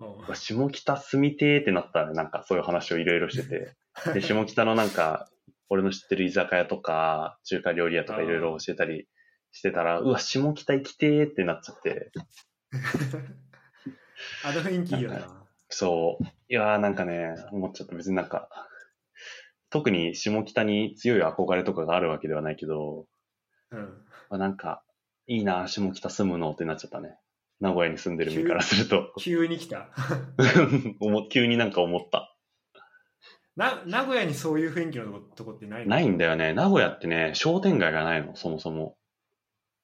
おううわ下北住みてーってなったね、なんかそういう話をいろいろしてて。 で、下北のなんか、俺の知ってる居酒屋とか、中華料理屋とかいろいろ教えたりしてたら、うわ、下北行きてーってなっちゃって、あの雰囲気いいよな。そう、いやーなんかね、思っちゃった。別になんか、特に下北に強い憧れとかがあるわけではないけど、うん。まあ、なんか、いいな、下北住むのってなっちゃったね。名古屋に住んでる身からすると、急に来た。 思急になんか思った。な、名古屋にそういう雰囲気のとことこってないのないんだよね。名古屋ってね、商店街がないの、そもそも。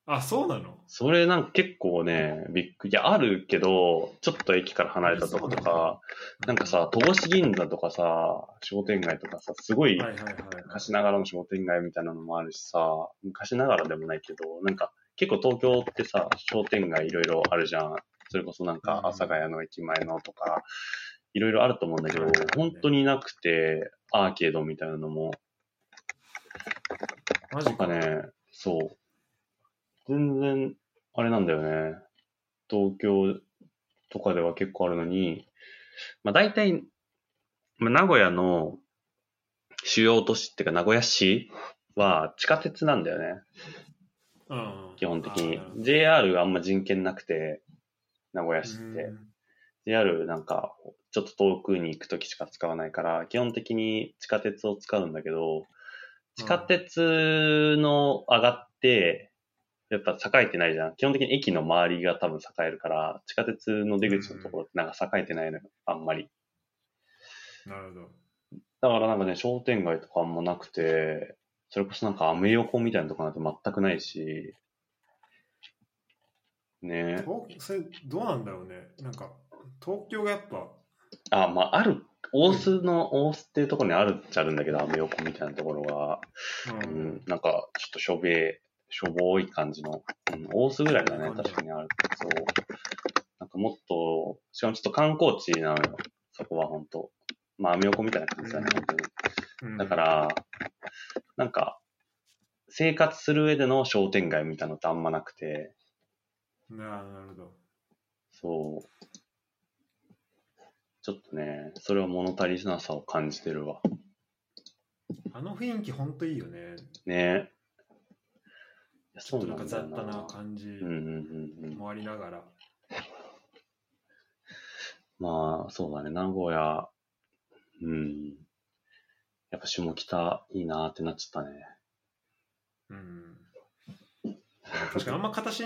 あ、そうなのそれなんか結構ね、びっくり。いや、あるけど、ちょっと駅から離れたとことか、なんかさ、戸越銀座とかさ、商店街とかさ、すごいはいはいはい。昔ながらの商店街みたいなのもあるしさ、昔ながらでもないけど、なんか結構東京ってさ、商店街いろいろあるじゃん。それこそなんうかん阿佐ヶ谷の駅前のとか、いろいろあると思うんだけど、本当になくて、アーケードみたいなのも、マなジんかか。ね、そう。全然、あれなんだよね。東京とかでは結構あるのに、まあ大体、まあ、名古屋の主要都市っていうか名古屋市は地下鉄なんだよね。うん。基本的にあー。 JR があんま人権なくて、名古屋市って。うん JR なんか、ちょっと遠くに行くときしか使わないから、基本的に地下鉄を使うんだけど、地下鉄の上がって、やっぱ栄えてないじゃん。基本的に駅の周りが多分栄えるから、地下鉄の出口のところってなんか栄えてないのよ、あんまり。なるほど。だからなんかね、商店街とかあんまなくて、それこそなんかアメ横みたいなとこなんて全くないし、ねとそれどうなんだろうねなんか東京がやっぱあ、まあ、ある、大須の、大須っていうところにあるっちゃあるんだけど、アメ横みたいなところが、う、うんん、なんか、ちょっとしょべ、しょぼい感じの、うん、大須ぐらいだね、確かにある。そう。なんかもっと、しかもちょっと観光地なのよ、そこは本当まあ、アメ横みたいな感じだね、うん本当に。うんだから、なんか、生活する上での商店街みたいなのってあんまなくて、ななるほどそう。ちょっとね、それは物足りなさを感じてるわ。あの雰囲気ほんといいよねねえ。ちょそっうとななんんだかよ雑多な感じうんうんうんうん。もありながら、まあ、そうだね、名古屋、うん。やっぱ下北いいなーってなっちゃったね。うん、確かにあんま形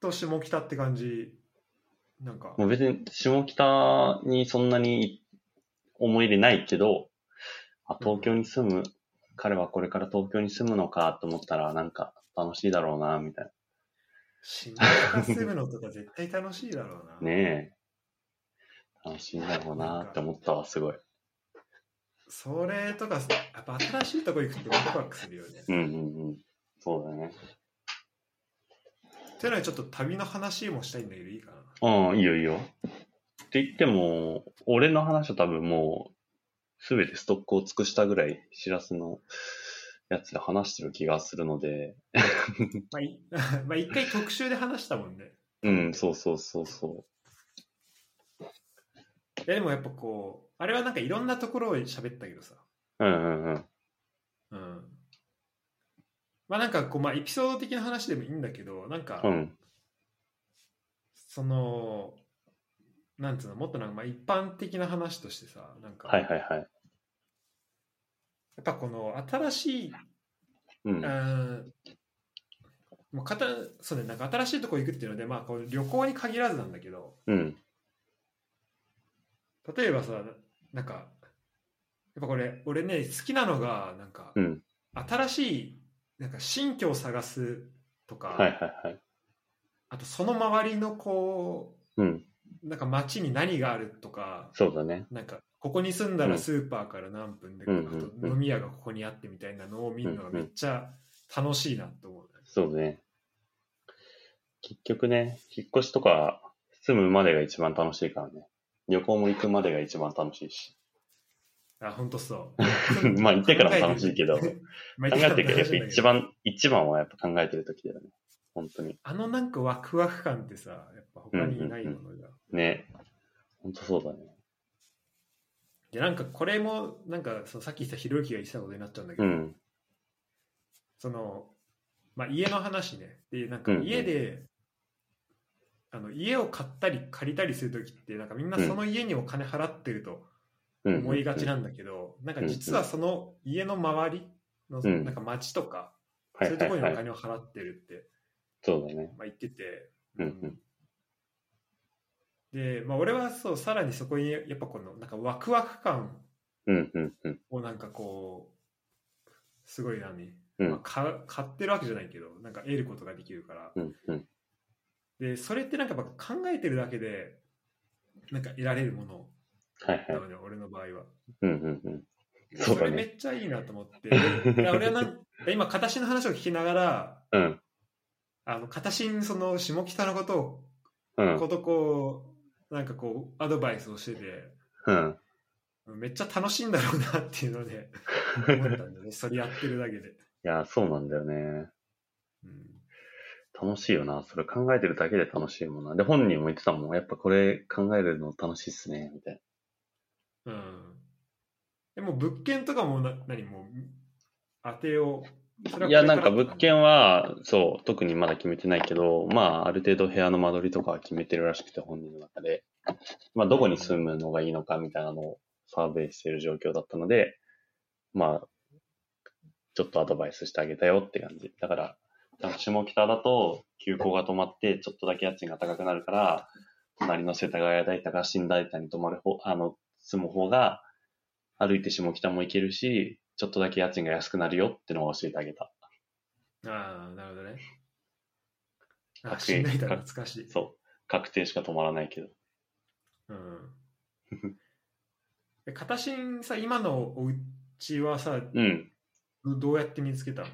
と下北って感じなんか、もう別に下北にそんなに思い入れないけど、あ、東京に住む、彼はこれから東京に住むのかと思ったら、なんか楽しいだろうな、みたい下北住むのとか絶対楽しいだろうな、な。ねえ。楽しいんだろうなって思ったわ、すごい。それとかやっぱ新しいとこ行くってワクワクするよね、うんうんうん。そうだね。っていうのはちょっと旅の話もしたいんだけどいいかなうん、いいよいいよ。って言っても、俺の話は多分もう、すべてストックを尽くしたぐらい、しらすのやつで話してる気がするので、まあい まあ一回特集で話したもんねうん、そうそうそうそいやでもやっぱこうあれはなんかいろんなところを喋ったけどさ、う。うんうんうん。うん、まあなんかこう、まあ、エピソード的な話でもいいんだけどなんか、うん。そのなんつうのもっとなんかまあ一般的な話としてさなんか、はいはいはい。やっぱこの新しい、う。うんん、もうかたそうねなんか新しいとこ行くっていうので、まあ、こう旅行に限らずなんだけどうん。例えばさなんかやっぱこれ俺ね好きなのがなんか、うん。新しいなんか新居を探すとか、はいはいはい。あとその周りのこうん。うなんか街に何があるとかそうだね。なんかここに住んだらうんスーパーから何分で、うんあうんうんと飲み屋がここにあってみたいなのを見るのがめっちゃ楽しいなと思う、ねそうね。結局ね、引っ越しとか、住むまでが一番楽しいからね。旅行も行くまでが一番楽しいし。あ本当そう ま あ行ってからも楽しいけど考考えてるけど、やっぱら一番、一番はやっぱ考えてる時だよね。本当に。あのなんかワクワク感ってさ、やっぱ他にないものが。ね。本当そうだね。で、なんかこれも、なんかそのさっき言ったひろゆきが言ってたことになっちゃうんだけうど、ん。その、まあ家の話ね。で、なんかうんうん家で、あの家を買ったり借りたりするときって、なんかみんなその家にお金払ってるとうん思いがちなんだけど、なんか実はその家の周りの、うんなんか町とか、はそういいうとはころいにはおい。金を払ってるって、そうだね。まあ、言ってて、うんうんで、まあ、俺はそうさらにそこにやっぱこのなんかワクワク感うんうんうん。をなんかこうすごい何、うんまあ、か買ってるわけじゃないけどなんか得ることができるからうんうん。でそれってなんかやっぱ考えてるだけでなんか得られるものはいなはい。のね、俺の場合はうんうんでそそうだねれめっちゃいいなと思ってで で俺はなん今形の話を聞きながらうん。うんあの形にその下北のことをうんことこうなんかこうアドバイスをしててうん。めっちゃ楽しいんだろうなっていうの で思ったんだよねそれやってるだけで、いや、そうなんだよね。うん、楽しいよな。それ考えてるだけで楽しいもんな。で、本人も言ってたもん。やっぱこれ考えるの楽しいっすね。みたいうん、でも物件とかもな何もう当てをそれな。はいや、なんか物件は、そう、特にまだ決めてないけど、まあ、ある程度部屋の間取りとかは決めてるらしくて、本人の中で。まあ、どこに住むのがいいのかみたいなのをサーベイしてる状況だったので、まあ、ちょっとアドバイスしてあげたよって感じ。だから、なんか下北だと休校が止まって、ちょっとだけ家賃が高くなるから、隣の世田谷代田が新代田に泊まる方、あの、住む方が、歩いて下北も行けるし、ちょっとだけ家賃が安くなるよってのを教えてあげた。ああなるほどねあ確信頼認だ懐かしい、そう。確定しか止まらないけど。うん、 で形にさ今のお家はさうん。どうやって見つけたのい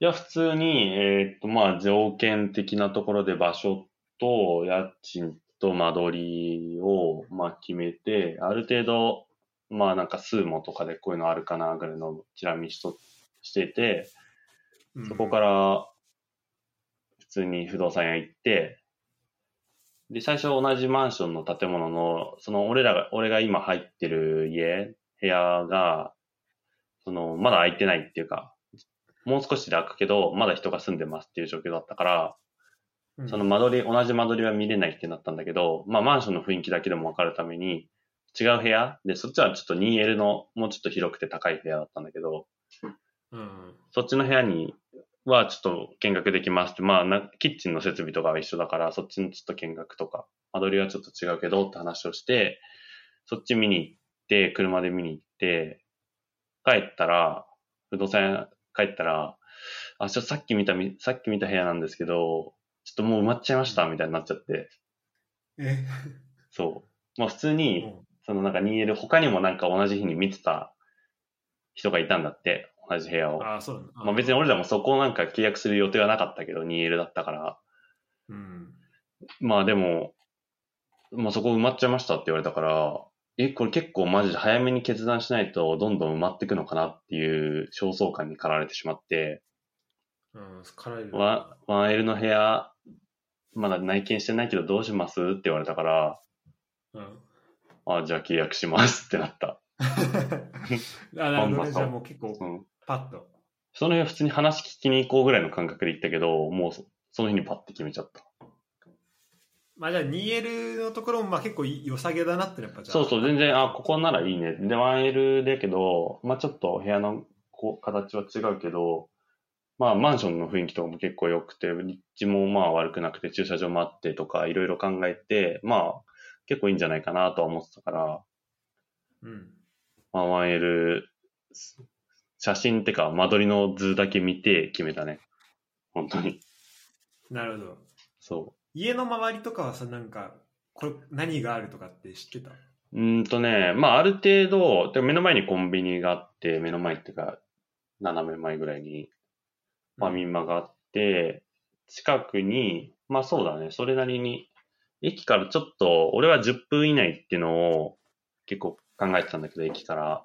や、普通に、えーっと、まあ、条件的なところで場所と家賃と間取りを、まあ、決めて、ある程度、まあ、なんか、スーモとかでこういうのあるかな、ぐらいのチラ見しとしてて、うんそこから、普通に不動産屋行って、で、最初同じマンションの建物の、その俺らが、俺が今入ってる家、部屋が、その、まだ空いてないっていうか、もう少しで開くけど、まだ人が住んでますっていう状況だったから、うんその間取り、同じ間取りは見れないってなったんだけど、まあマンションの雰囲気だけでもわかるために、違う部屋で、そっちはちょっと 2L の、もうちょっと広くて高い部屋だったんだけど、うんそっちの部屋にはちょっと見学できますって、まあな、キッチンの設備とかは一緒だから、そっちのちょっと見学とか、間取りはちょっと違うけどって話をして、そっち見に行って、車で見に行って、帰ったら、不動産屋帰ったら、あ、ちょっとさっき見たみ、さっき見た部屋なんですけど、ちょっともう埋まっちゃいました、みたいになっちゃって、えそう。まあ普通うに、んそのなんか 2L、他にもなんか同じ日に見てた人がいたんだって、同じ部屋を。ああそうなんだまあ別に俺らもそこをなんか契約する予定はなかったけど、2L だったから。うんまあでも、まあそこ埋まっちゃいましたって言われたから、え、これ結構マジで早めに決断しないとどんどん埋まっていくのかなっていう焦燥感に駆られてしまって、うん辛いよワン 1L の部屋、まだ内見してないけどどうしますって言われたから、 うんあ、じゃあ契約しますってなった。あなるほどまんまとねじゃあもう結構うん。パッと。その日は普通に話聞きに行こうぐらいの感覚で行ったけど、もうそその日にパッて決めちゃった。まあじゃあ 2L のところもまあ結構い良さげだなってやっぱじゃあそうそう、全然、あ、ここならいいね。で、1L だけど、まあちょっと部屋のこう形は違うけど、まあマンションの雰囲気とかも結構良くて、立地もまあ悪くなくて、駐車場もあってとか、いろいろ考えて、まあ結構いいんじゃないかなとは思ってたから、うん。まあ 1L、写真ってか、間取りの図だけ見て決めたね。本当に。なるほど。そ家の周りとかはさ、なんか、これ何があるとかって知ってたう。うーんとね、まあある程度、で目の前にコンビニがあって、目の前っていうか、斜め前ぐらいに、ファミマがあって、近くに、まあそうだね、それなりに、駅からちょっと、俺は10分以内っていうのを結構考えてたんだけど、駅から。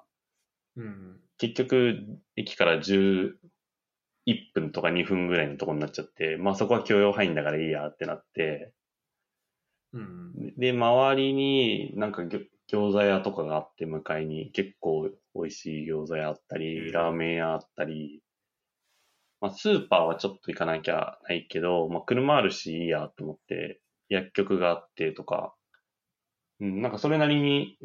うん。結局、駅から11 1分とか2分ぐらいのとこになっちゃって、まあそこは許容範囲だからいいやってなって、うん。で、周りになんかぎょ餃子屋とかがあって、向かいに結構美味しい餃子屋あったうり、んラーメン屋あったり、まあスーパーはちょっと行かなきゃないけど、まあ車あるしいいやと思って、薬局があってとか、うん、なんかそれなりに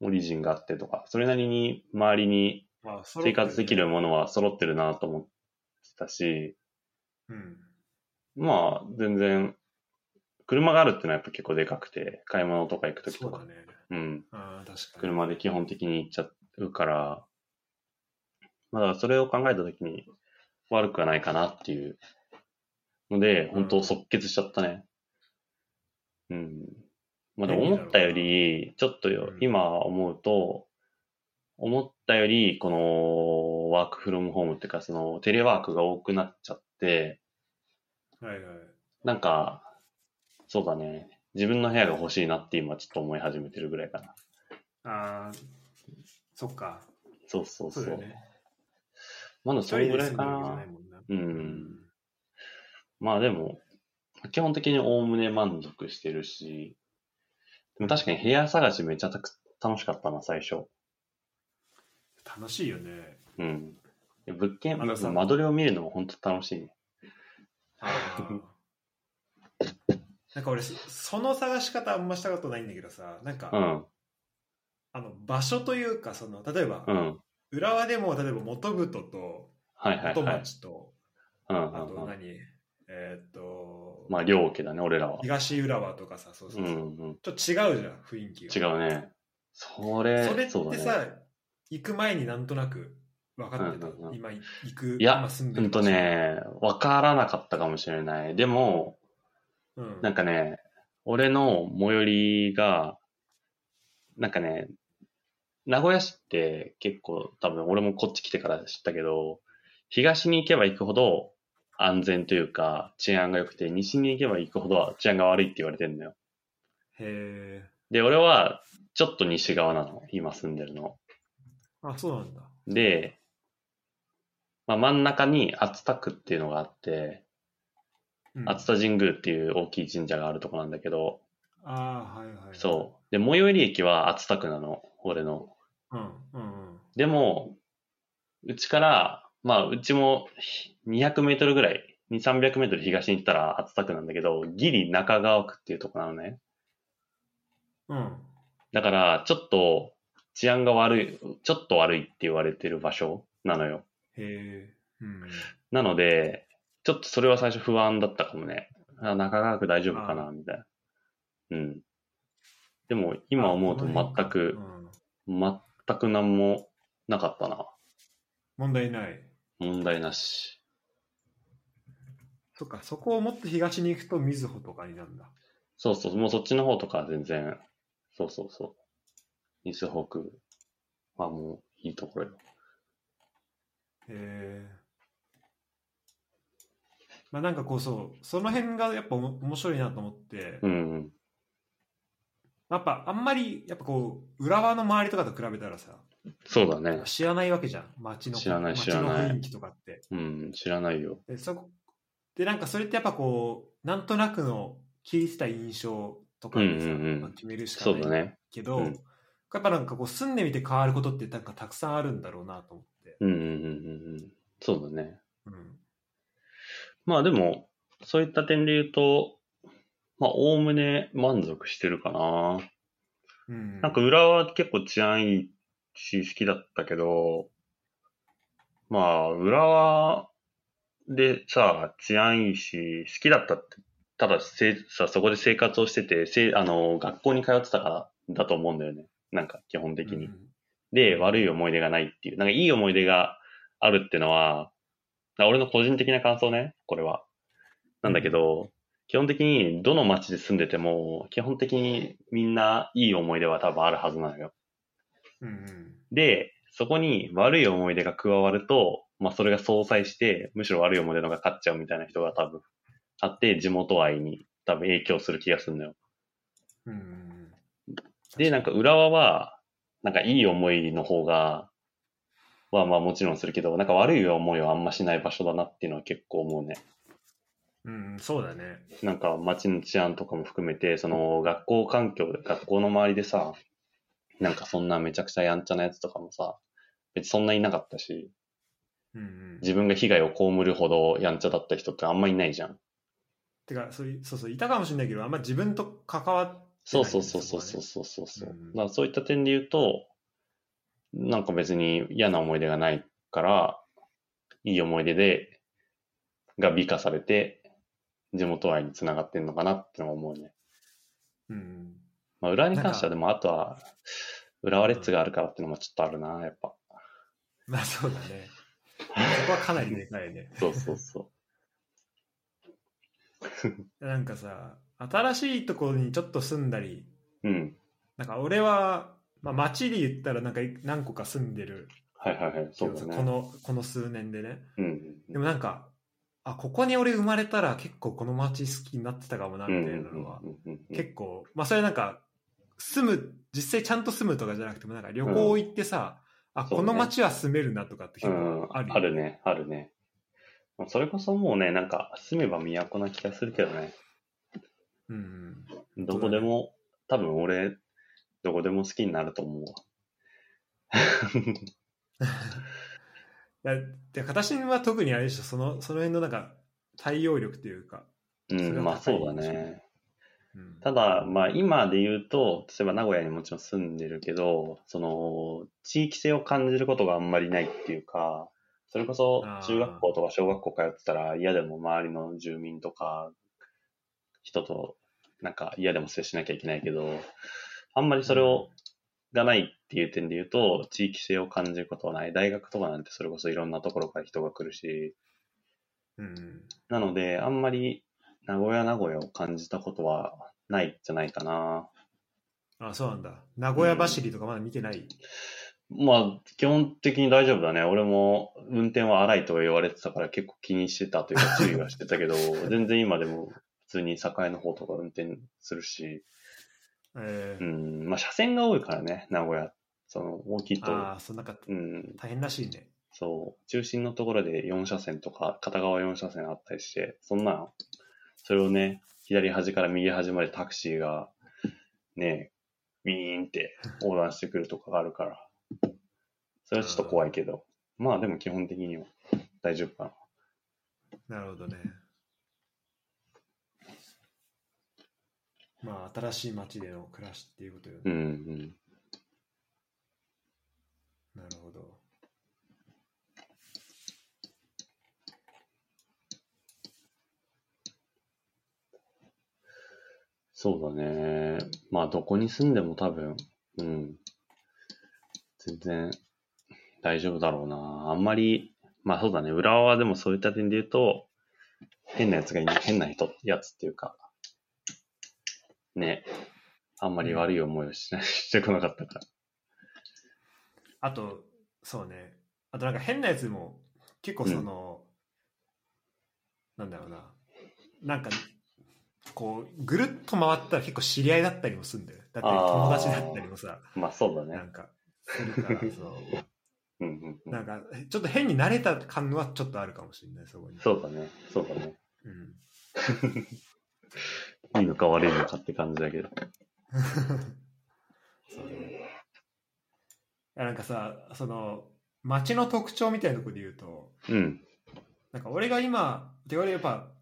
オリジンがあってとか、それなりに周りにまあ、それ生活できる。ものは揃ってるなと思ってたし、うん。まあ、全然、車があるってのはやっぱ結構でかくて、買い物とか行くときそとうか、だね。うん、ああ、確かに。車で基本的に行っちゃうから、まあだからそれを考えたときに悪くはないかなっていうので、本う当ん即決しちゃったね。うん。まあでも便利だ思ろうなったより、ちょっとようん今思うと、思ったより、このワークフロムホームっていうか、そのテレワークが多くなっちゃって、はいはい。なんか、そうだね。自分の部屋が欲しいなって今ちょっと思い始めてるぐらいかな。ああ、そっか。そうそうそ。そううだよね。まだそれぐらいか一人で住んでるわけじゃなない。もんな。う。。うんまあでも、基本的におおむね満足してるし、でも確かに部屋探しめっちゃたく楽しかったな、最初。楽しいよね。うん。で物件、あのさ間取りを見るのも本当楽しいね。あーなんか俺、そその探し方あんましたことないんだけどさ、なんか、うん、あの場所というか、その例えば、うん。浦和でも例えば元太とはいはい元はい。町と、うんあうとんうん。何、えーっと、まあ、両家だね、俺らは。東浦和とかさ、そうそううんそううん。ちょっと違うじゃん、雰囲気が。違うね。それ、それってそうだねさ、行く前になんとなく分かってた、うんうんうん今行く、いや今住んでうんると場所、ね、わからなかったかもしれない。でも、うん、なんかね、俺の最寄りが、なんかね、名古屋市って結構多分俺もこっち来てから知ったけど、東に行けば行くほど安全というか治安が良くて、西に行けば行くほど治安が悪いって言われてんのよ。へえ。で、俺はちょっと西側なの、今住んでるの。あ、そうなんだ。で、まあ、真ん中に熱田区っていうのがあって、うん、熱田神宮っていう大きい神社があるとこなんだけど、あーはいはい。そう。で、最寄り駅は熱田区なの、俺の。う。うんうんうん。でも、うちから、まあ、うちも200メートルぐらい、2、300メートル東に行ったら熱田区なんだけど、ギリ中川区っていうとこなのね。うん。だから、ちょっと治安が悪い、ちょっと悪いって言われてる場所なのよ。へえ。うん。なので、ちょっとそれは最初不安だったかもね。あ中川区大丈夫かなみたいな。うん。でも、今思うとあこの辺か全くう、ん全く何もなかったな。問題ない。問題なし。そっか、そこをもっと東に行くと、みずほとかになるんだ。そうそう、もうそっちの方とかは全然、そうそうそう。ミスホークはもういいところよ。へえ。まあなんかこうそう、その辺がやっぱおも面白いなと思って、うんうん。やっぱあんまり、やっぱこう、浦和の周りとかと比べたらさ、そうだね。知らないわけじゃん、街の知らない知らない街の雰囲気とかって。うん、知らないよ。で、そこでなんかそれってやっぱこう、なんとなくの聞いてた印象とかでさ、うんうんうんまあ決めるしかそうだないね。けど、うんやっぱなんかこう住んでみて変わることってなんかたくさんあるんだろうなと思って。うんうんうんうんうん。そうだね。うんまあでも、そういった点で言うと、まあ、おおむね満足してるかな。うん、なんか浦和は結構治安いいし好きだったけど、まあ、浦和でさ、治安いいし、好きだったって、ただせさ、そこで生活をしてて、せあの、学校に通ってたからだと思うんだよね。なんか、基本的に。うんで、悪い思い出がないっていう。なんか、いい思い出があるってのは、あ俺の個人的な感想ね、これは。なんだけど、基本的にどの町で住んでても、基本的にみんないい思い出は多分あるはずなのよ。うんうんで、そこに悪い思い出が加わると、まあそれが相殺して、むしろ悪い思い出の方が勝っちゃうみたいな人が多分あって、地元愛に多分影響する気がするのよ。うんうんで、なんか浦和は、なんかいい思いの方が、はまあもちろんするけど、なんか悪い思いはあんましない場所だなっていうのは結構思うね。うん、そうだね。なんか街の治安とかも含めて、その学校環境で、学校の周りでさ、なんかそんなめちゃくちゃやんちゃなやつとかもさ、別にそんないなかったし、うんうん、自分が被害を被るほどやんちゃだった人ってあんまいないじゃん。てかそうい、そうそう、いたかもしれないけど、あんま自分と関わってない、そうそうそうそうそうそうそうそう。うんだからそういった点で言うと、なんか別に嫌な思い出がないから、いい思い出で、が美化されて、地元愛につながってんのかなってのは思うね。うん、まあ、浦和に関してはでなんも、あとは、浦和レッズがあるからってのもちょっとあるな、やっぱ。まあそうだ ね。そこはかなりでかいね。そうそうそなんかさ、新しいところにちょっと住んだり、 う。うん。なんか俺は、まあ、町で言ったらなんか何個か住んでるはいはいはい。けそうどさだね。このこの数年でね。うんでもなんか、あ、ここに俺生まれたら結構この町好きになってたかもな、うん。うんみうたいんなのはう、んうんうん。結構、まあそれなんか、住む、実際ちゃんと住むとかじゃなくても、なんか旅行行ってさ、あ、そうこねの町は住めるなとかって結構あるよあるね、あるね。それこそもうね、なんか住めば都な気がするけどね。うんうん。どこでも、多分俺、どこでも好きになると思うわ。だで形は特にあれでしょそのその辺のなんか対応力というか、うそれはん、まあ高いそうだですよねね。うん、ただ、まあ今で言うと、例えば名古屋にもちろん住んでるけど、その、地域性を感じることがあんまりないっていうか、それこそあー中学校とか小学校通ってたら嫌でも周りの住民とか人となんか嫌でも接しなきゃいけないけど、あんまりそれを、がないっていう点で言うと、地域性を感じることはない。大学とかなんてそれこそいろんなところから人が来るし、うん、なので、あんまり名古屋名古屋を感じたことはないんじゃないかな。あそうなんだ名古屋走りとかまだ見てない、まあ、基本的に大丈夫だね。俺も運転は荒いと言われてたから結構気にしてたというか注意はしてたけど、全然今でも普通に境の方とか運転するし、えうーん、まあ車線が多いからね、名古屋。その大きいと、ああそうなんかうん、大変らしいねそう、中心のところで4車線とか、片側4車線あったりして、そんな、それをね、左端から右端までタクシーが、ね、ビーンって横断してくるとかがあるから、それはちょっと怖いけど、まあでも基本的には大丈夫かな。なるほどねまあ新しい町での暮らしっていうことよね、うんうん。なるほどそうだね。まあどこに住んでも多分、うん。全然大丈夫だろうな。あんまり、まあそうだね。浦和はでもそういった点で言うと、変なやつがいない、変な人、やつっていうか、ね。あんまり悪い思いをし ないしてこなかったから。あとそうねあとなんか変なやつも結構その、なんだろうななんかこうぐるっと回ったら結構知り合いだったりもするんだよだってあー友達だったりもさまあそうだなね。んかするからその うんうんうなんん。かちょっと変に慣れた感はちょっとあるかもしれないそこにそうだね。そうだね。うんいいのか悪いのかって感じだけど。 そうねいやなんかさその街の特徴みたいなところで言うとうん。なんか俺が今で俺やっぱ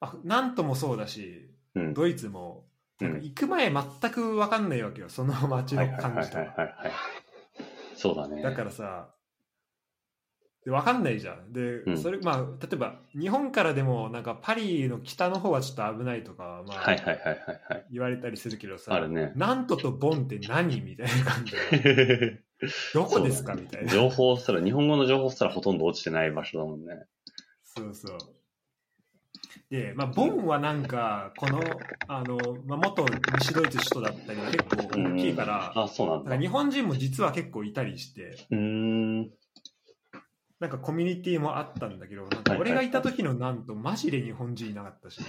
あなんともそうだしうん。ドイツもうなんか行く前全く分かんないわけよその街はいのはいはい感はいじとかはいはい。そうだね。だからさで分かんないじゃんで、うんそれまあ例えば日本からでもなんかパリの北の方はちょっと危ないとか、まはいあ、はいはいはいはい。言われたりするけどさ、あるね。なんととボンって何みたいな感じでどこですか、みたいな情報すら、日本語の情報すらほとんど落ちてない場所だもんね。そうそうで、まあ、ボンはなんかこのあの、まあ、元西ドイツ首都だったりが結構大きいから、あ、そうなんなんだ。かう日本人も実は結構いたりしてーん。なんかコミュニティもあったんだけどなんか俺がいた時のなんとマジで日本人いなかったし、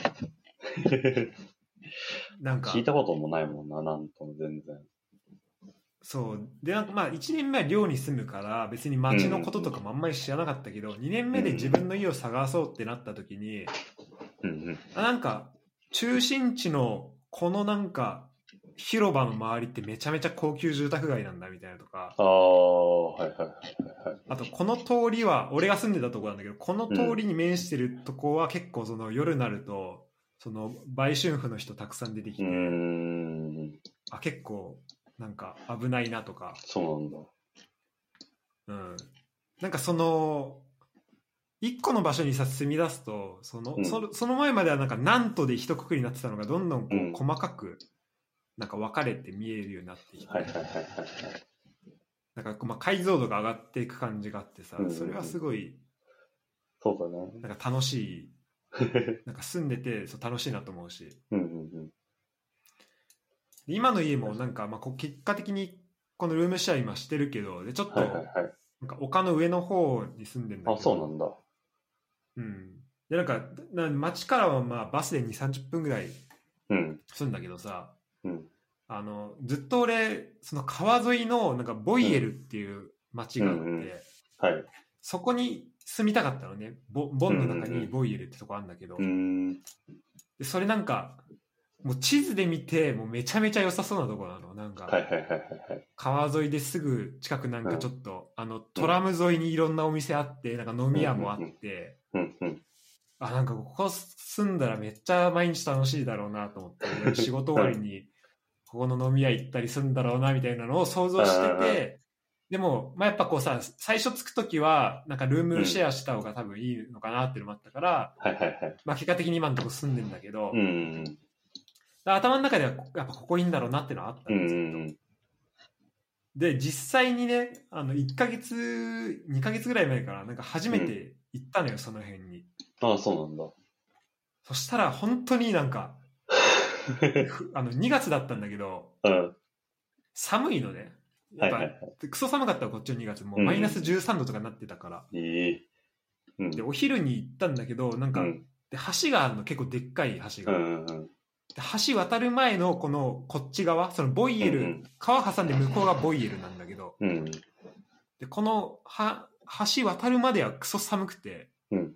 なんか聞いたこともないもんな、なんとも全然。そうでなんかまあ1年目は寮に住むから別に町のこととかもあんまり知らなかったけど、2年目で自分の家を探そうってなった時に、うんうん。あなんか中心地のこのなんか広場の周りってめちゃめちゃ高級住宅街なんだみたいなとかああ、はいはいはいはい。あとこの通りは俺が住んでたとこなんだけどこの通りに面してるとこは結構その夜になるとその売春婦の人たくさん出てきて、うーん、あ結構なんか危ないなとか、そうなんうだ。ん、なんかその一個の場所にさ住み出すとその,、うんそのその前まではなんかなんとで一括りになってたのがどんどんこうんう細かくなんか分かれて見えるようになってきて、はいはいはいはいはい。なんかこうまあ解像度が上がっていく感じがあってさうんそれはすごいそうだね。なんか楽しいなんか住んでてそう楽しいなと思うしうんうんで今の家もなんかまあこう結果的にこのルームシェア今してるけどでちょっうん。とはいなはいんはい。か丘の上の方に住んでるんだけどあ、そうなんだ。うん、でなんかな町からはまあバスで2 3 0分ぐらいうん。するんだけどさうん。あのずっと俺その川沿いのなんかボイエルっていう町があって、うんうんはい。うそこに住みたかったのねボボンの中にボイエルってとこあるんだけど、ーん。でそれなんかもう地図で見てもうめちゃめちゃ良さそうなとこなのなんか、はいはいはいはいはい。川沿いですぐ近くなんかちょっと、あのトラム沿いにいろんなお店あってなんか飲み屋もあって、うんうん。あなんかここ住んだらめっちゃ毎日楽しいだろうなと思って 仕事終わりにここの飲み屋行ったりするんだろうなみたいなのを想像してうんうんてでも、まあ、やっぱこうさ最初着く時はなんかルームシェアした方が多分いいのかなっていうのもあったから、はいはいはい。まあ、結果的に今のところ住んでんだけど、うんうん頭の中ではこやっぱここいいんだろうなっていうのはあったうんんですうよんうん。で実際にねあの1ヶ月2ヶ月ぐらい前からなんか初めて行ったのよ、その辺にあ、そうなんだ。そしたら本当になんかふあの2月だったんだけどうん。寒いのねやはっいぱ、はいはクソ寒かったわこっちの2月もううんマイナス13度とかになってたから、い。いい。うん。でお昼に行ったんだけどなんうか、ん。で橋があるの結構でっかい橋うが、んうん。で橋渡る前のこのこっち側そのボイエル、うんうん川挟んで向こうがボイエルなんだけどうん。でこのは橋渡るまではクソ寒くて、うん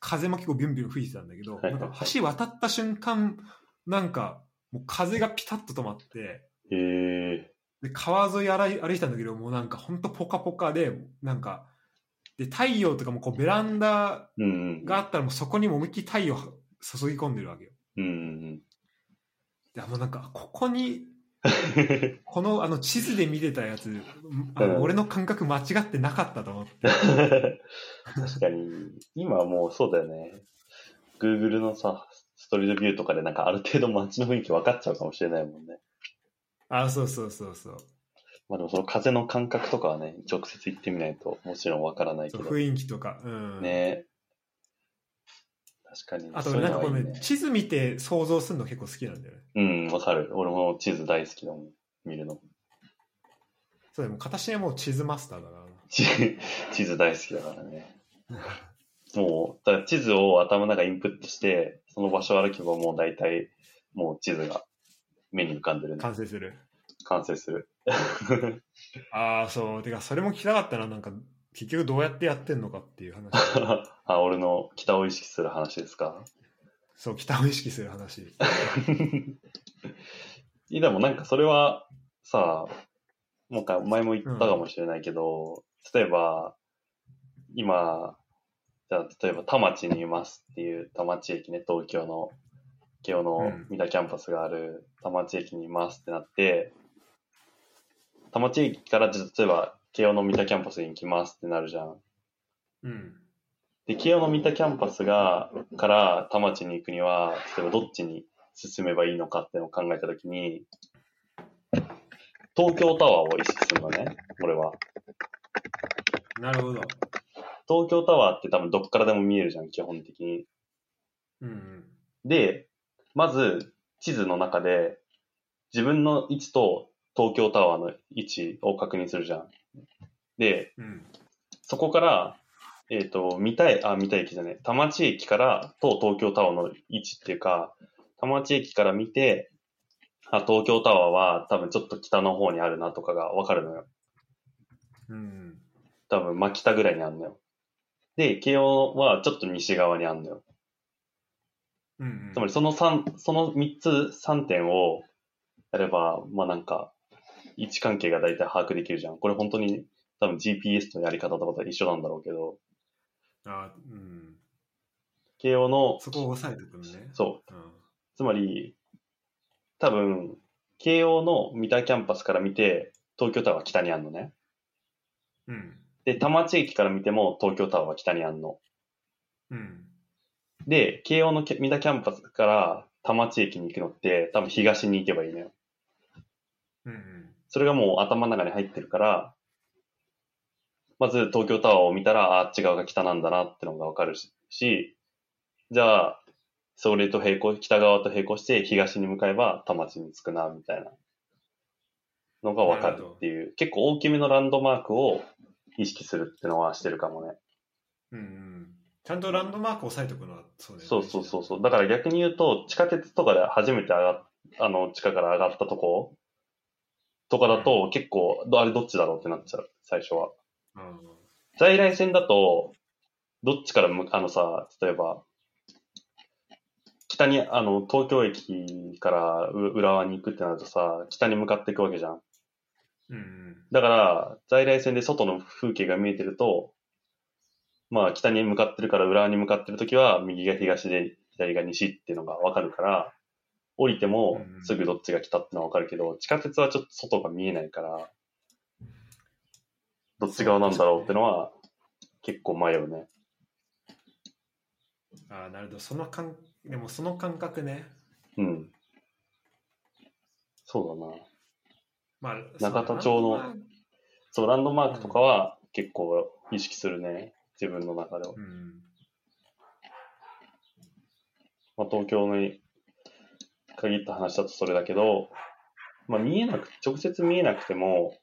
風も結構ビュンビュン吹いてたんだけど、はいはいはいなんか橋渡った瞬間なんかもう風がピタッと止まってええ。で川沿い歩い歩いてたんだけどもうなんかほんとポカポカでなんかで太陽とかもこうベランダうんうん。があったらもうそこにも思いっきり太陽注ぎ込んでるわけよ。うんうんでもうなんかここに うん。このあの地図で見てたやつあうんの俺の感覚間違ってなかったと思って。 確かに、今もうそうだよね。Google のさ、ストリートビューとかでなんかある程度街の雰囲気分かっちゃうかもしれないもんね。あそうそうそうそうまあでもその風の感覚とかはね、直接行ってみないともちろん分からないけそうど。雰囲気とか、うんね確かに。あとそういなうんのかこうはいいねね。地図見て想像するの結構好きなんだよね。うん、わかる。俺も地図大好きだもん。見るの。そうでも形はもう地図マスターだからな。地 地図大好きだからね。もう、だから地図を頭の中にインプットして、その場所を歩けばもう大体、もう地図が目に浮かんでるね。完成する。完成する。 ああそうてかそれも聞きたかったななんか結局どうやってやってんのかっていう 話あ、俺の北を意識する話ですか。そう北を意識する話 いやでもなんかそれはさ、もうか前も言ったかもしれないけど、例えば、今、じゃあ例えば田町にいますっていう田町駅ね、東京の、京のうん三田キャンパスがある田町駅にいますってなって、田町駅からじゃあ例えば京の三田キャンパスに行きますってなるじゃん。うんで、慶応の三田キャンパスが、から田町に行くには、例えばどっちに進めばいいのかっていうのを考えたときに、東京タワーを意識するのね、俺は。なるほど東京タワーって多分どっからでも見えるじゃん、基本的に。うんうんで、まず地図の中で、自分の位置と東京タワーの位置を確認するじゃん。で、うんそこから、えっ、と、三田駅、あ、三田駅じゃない、田町駅から、と東京タワーの位置っていうか、田町駅から見て、あ東京タワーは多分ちょっと北の方にあるなとかがわかるのよ。うん。多分真北ぐらいにあるのよ。で、慶応はちょっと西側にあるのよ。うんうん、つまりその三、その三つ、三点をやれば、まあなんか、位置関係が大体把握できるじゃん。これ本当に多分 GPS のやり方とかと一緒なんだろうけど、あ、うん、慶応の、そこを押さえておくのね。そう、う。つまり、多分、慶応の三田キャンパスから見て、東京タワーは北にあんのね。ん。うん。で、多摩地域から見ても東京タワーは北にあんの。うん。で、慶応のキャ三田キャンパスから多摩地域に行くのって、多分東に行けばいいのよ。うんうん。それがもう頭の中に入ってるから、まず東京タワーを見たら、ああっち側が北なんだなってのがわかるしし、じゃあ、それと並行、北側と並行して東に向かえば田町に着くな、みたいなのがわかるっていう、結構大きめのランドマークを意識するってのはしてるかもね。うんうん。ちゃんとランドマークを押さえておくのはそうだよね。そうそうそうそう。だから逆に言うと、地下鉄とかで初めて上がっあの、地下から上がったとことかだと結構、あれどっちだろうってなっちゃう、最初は。う。うん。在来線だと、どっちからむ、あのさ、例えば、北に、あの、東京駅からう浦和に行くってなるとさ、北に向かっていくわけじゃん。うんうん。だから、在来線で外の風景が見えてると、まあ、北に向かってるから浦和に向かってるときは、右が東で、左が西っていうのがわかるから、降りてもうんうんすぐどっちが北ってのはわかるけど、地下鉄はちょっと外が見えないから、どっち側なんだろうってのは、結構迷うね。ああ、なるほど。その感、でもその感覚ね。うん。そうだな。まあ、中田町そうのだなそう、ランドマークとかは結構意識するね。自分の中では。うん。まあ、東京に限った話だとそれだけど、まあ、見えなく、直接見えなくても、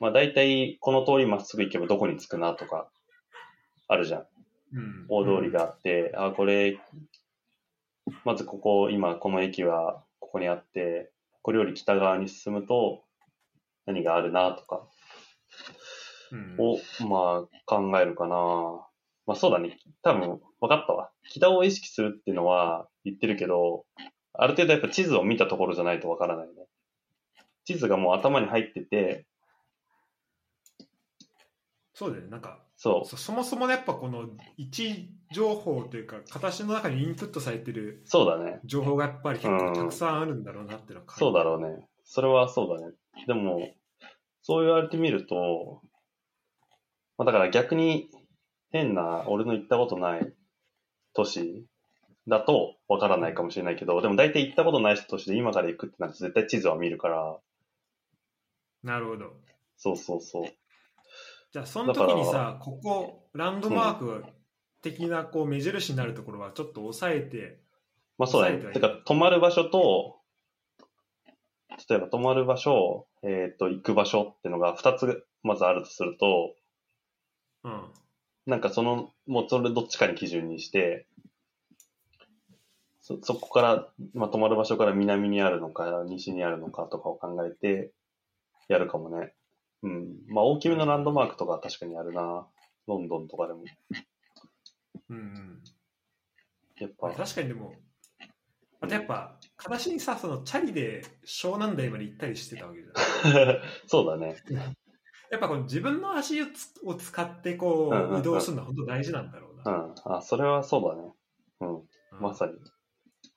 まあ、大体この通りまっすぐ行けばどこに着くなとか、あるじゃん。うん。大通りがあって、あ、これ、まずここ、今この駅はここにあって、これより北側に進むと何があるなとか、うん。うん。を、まあ、考えるかな。まあ、そうだね。多分、分かったわ。北を意識するっていうのは言ってるけど、ある程度やっぱ地図を見たところじゃないと分からないね。地図がもう頭に入ってて、そうだよね。なんか、そう、そそもそもねやっぱこの位置情報というか形の中にインプットされてるそうだね。情報がやっぱり結うん構たくさんあるんだろうなっていうのはそうだろうね。それはそうだね。でも、そう言われてみると、まあ、だから逆に変な、俺の行ったことない都市だとわからないかもしれないけど、でも大体行ったことない都市で今から行くってなると絶対地図は見るから、なるほどそうそうそう。じゃあその時にさここランドマーク的なこう目印になるところはちょっと抑えてまあそうだ抑えてね。はいてるか、泊まる場所と、例えば泊まる場所、えっ、と、行く場所っていうのが2つまずあるとすると、うんなんかその、もうそれどっちかに基準にして、そ、そこから、まあ、泊まる場所から南にあるのか、西にあるのかとかを考えて、やるかもね。うん。まあ、大きめのランドマークとかは確かにあるな。ロンドンとかでも。うんうんやっ ぱ、確かにでもあとやっぱ形にさそのチャリで湘南台まで行ったりしてたわけじゃんそうだね。やっぱこの自分の足をつを使ってこうんうんうんう移動するのは本当大事なんだろううな、ん。あ、それはそうだね。うん。うんまさに。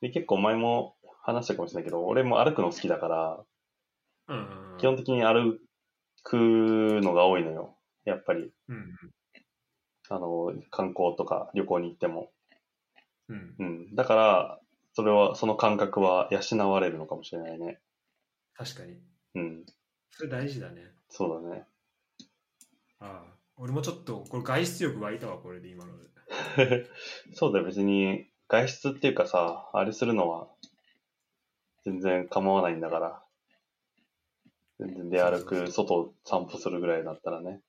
で、結構前も話したかもしれないけど、俺も歩くの好きだから、うんうんうん基本的に歩くのが多いのよ。やっぱり、うんあの、観光とか旅行に行っても。うんうんうん。だから、それは、その感覚は養われるのかもしれないね。確かにうん。それ大事だねそうだね。ああ俺もちょっとこれ外出力湧いたわこれで今のでそうだよ、別に、外出っていうかさ、あれするのは、全然構わないんだから。全然出歩く、外を散歩するぐらいだったらね。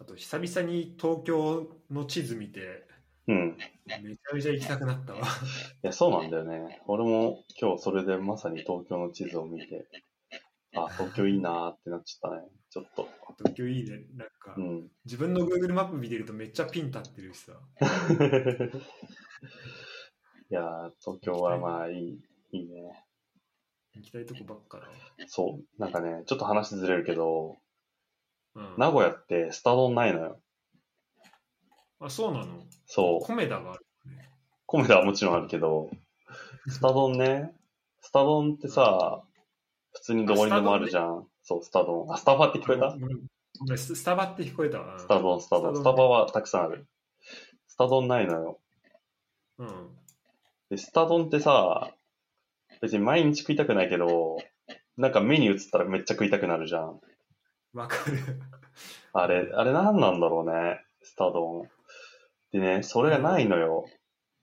あと久々に東京の地図見てうん。めちゃめちゃ行きたくなった わ。いや、そうなんだよね。俺も今日それでまさに東京の地図を見て、あ、東京いいなーってなっちゃったね。ちょっと。東京いいね。なんか、うん。自分の Google マップ見てるとめっちゃピン立ってるしさ。 いやー、東京はまあいい、いいね。行きたいとこばっかだわ。そう。なんかね、ちょっと話ずれるけど、うん、名古屋ってスタ丼ないのよ。あ、そうなのそう。米田がある。コメダはもちろんあるけど、スタ丼ね。スタ丼ってさ、普通にどこにでもあるじゃん。そう、スタ丼。あ、スタバって聞こえたごめんごめんススタバって聞こえたわ。スタ丼、スタ丼。ススタ丼タねバはたくさんある。スタ丼ないのよ。うん。で、スタ丼ってさ、別に毎日食いたくないけど、なんか目に映ったらめっちゃ食いたくなるじゃん。わかる。あれ、あれ何なんだろうね、スタ丼。でね、それがないのよ、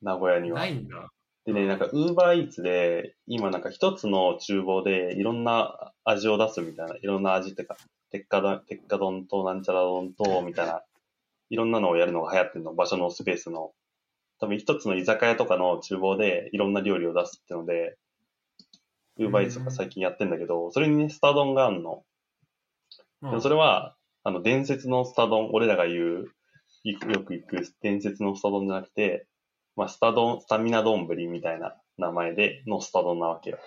名古屋にはな。いんだ。でね、なんかウーバーイーツで、今なんか一つの厨房でいろんな味を出すみたいな、いろんな味ってか、鉄火丼、鉄火丼となんちゃら丼と、みたいな、いろんなのをやるのが流行ってるの、場所のスペースの。多分一つの居酒屋とかの厨房でいろんな料理を出すってので、ウーバーイーツとか最近やってんだけど、それにね、スタ丼があるの。うでんもそれは、あの、伝説のスタ丼、俺らが言う、行くよく行く伝説のスタ丼じゃなくて、まあ、スタ丼、スタミナ丼みたいな名前でのスタ丼なわけよ。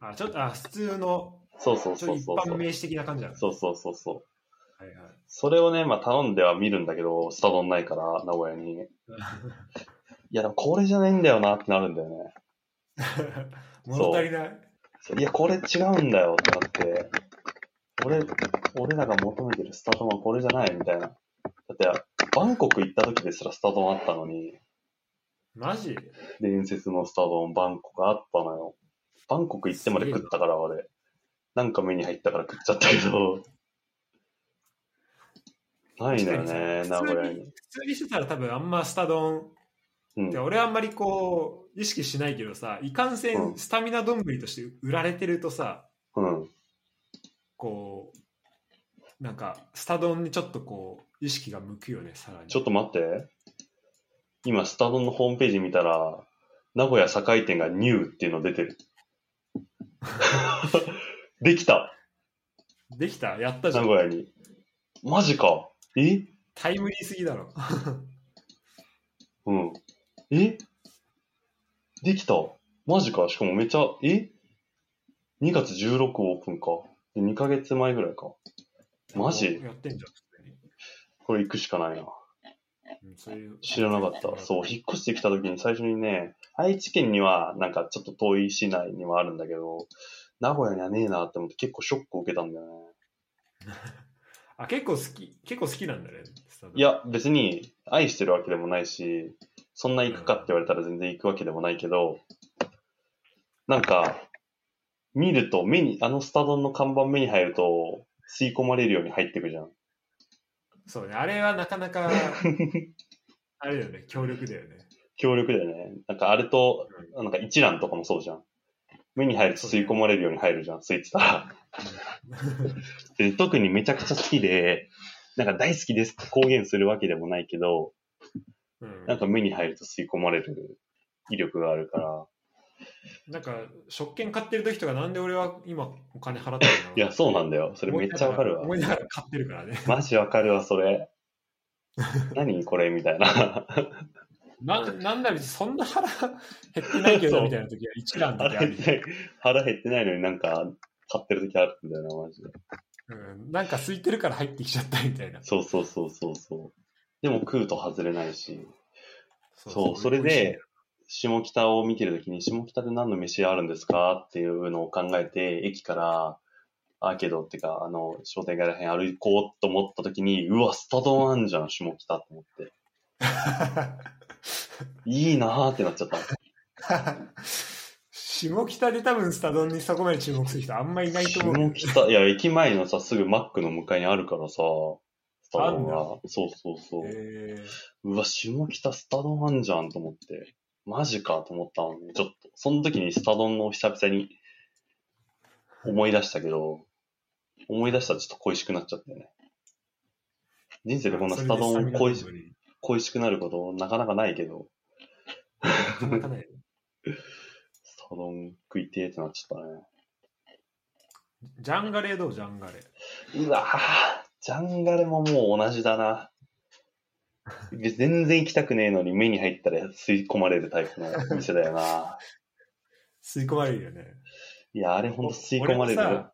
あ、ちょっと、あ、普通の、そうそうちょっそうと一そうそ般う。名詞的な感じだ。そうそうそうそう。はいはい。それをね、まあ頼んでは見るんだけど、スタ丼ないから、名 古屋に。いや、でもこれじゃないんだよなってなるんだよね。物足りない。そういや、これ違うんだよってなって、俺、俺らが求めてるスタ丼はこれじゃないみたいな。だって、バンコク行った時ですらスタ丼あったのに、マジ伝説のスタ丼、バンコクあったのよ。バンコク行ってまで食ったから、俺。なんか目に入ったから食っちゃったけ ど。ないのよ確ね、名かにさ古屋に。普通にしてたら多分あんまスタ丼うんって、俺あんまりこう意識しないけどさいかんせうんんスタミナ丼として売られてるとさうん。こうなんかスタ丼にちょっとこう意識が向くよねさらにちょっと待って。今、スタ丼のホームページ見たら、名古屋栄店がニューっていうの出 てる。 できたできたやったじ名ゃん古屋に。マジか。えタイムリーすぎだろうん。えできた。マジか。しかもめちゃ、え ?2 月16オープンか。で2ヶ月前ぐらいか。マジやってんじゃん普通にこれ行くしかないうな。んそういう知らなかった。そう、引っ越してきた時に最初にね、愛知県にはなんかちょっと遠い市内にはあるんだけど、名古屋にはねえなって思って結構ショックを受けたんだよね。あ結構好き結構好きなんだねスタ丼いや、別に愛してるわけでもないし、そんな行くかって言われたら全然行くわけでもないけど、なんか、見ると目に、あのスタ丼の看板目に入ると、吸い込まれるように入ってくじゃん。そうねあれはなかな かあれだよね強力だよね強力だよね。なんかあれと、なんか一覧とかもそうじゃん。目に入ると吸い込まれるように入るじゃん、吸いてたら。で特にめちゃくちゃ好きで、なんか大好きですって公言するわけでもないけど、うんなんか目に入ると吸い込まれる威力があるから、なんか食券買ってる時とかなんで俺は今お金払ってるのいや、そうなんだよ。それめっちゃわかるわ思。いながら思いながら買ってる からねマジわかるわ、それ。何これみたいな。ななんだろうそんな腹減ってないけそどうみたいな時は一覧だけ腹あ減るっ、てない、腹減ってないのになんか、買ってる時あるんだよな、マジで。うん、なんか空いてるから入ってきちゃったみたいなそうそうそうそうそう。でも食うと外れないし、そう、それで、下北を見てるときに、下北で何の飯あるんですかっていうのを考えて、駅から、アーケードっていうか、あの、商店街らへん歩こうと思ったときに、うわ、スタ丼あんじゃん、下北と思って。いいなーってなっちゃった。 下北で多分スタ丼にそこまで注目する人あんまいないと思う下北、いや、駅前のさ、すぐマックの向かいにあるからさ、スタ丼あが。そうそうそう。えうわ、下北スタ丼あんじゃんと思って、マジかと思ったのに、ちょっと、その時にスタ丼を久々に思い出したけど、思い出したらちょっと恋しくなっちゃったよね。人生でこんなスタ丼を恋しそれでスタミナ丼に恋しくなることなかなかないけど、なかなかない。サドン食いてえってなっちゃったね。ジャンガレーどうジャンガレー。うわぁ、ジャンガレももう同じだな。別全然行きたくねえのに目に入ったら吸い込まれるタイプのお店だよな。吸い込まれるよね。いや、あれほんと吸い込まれる。俺もさ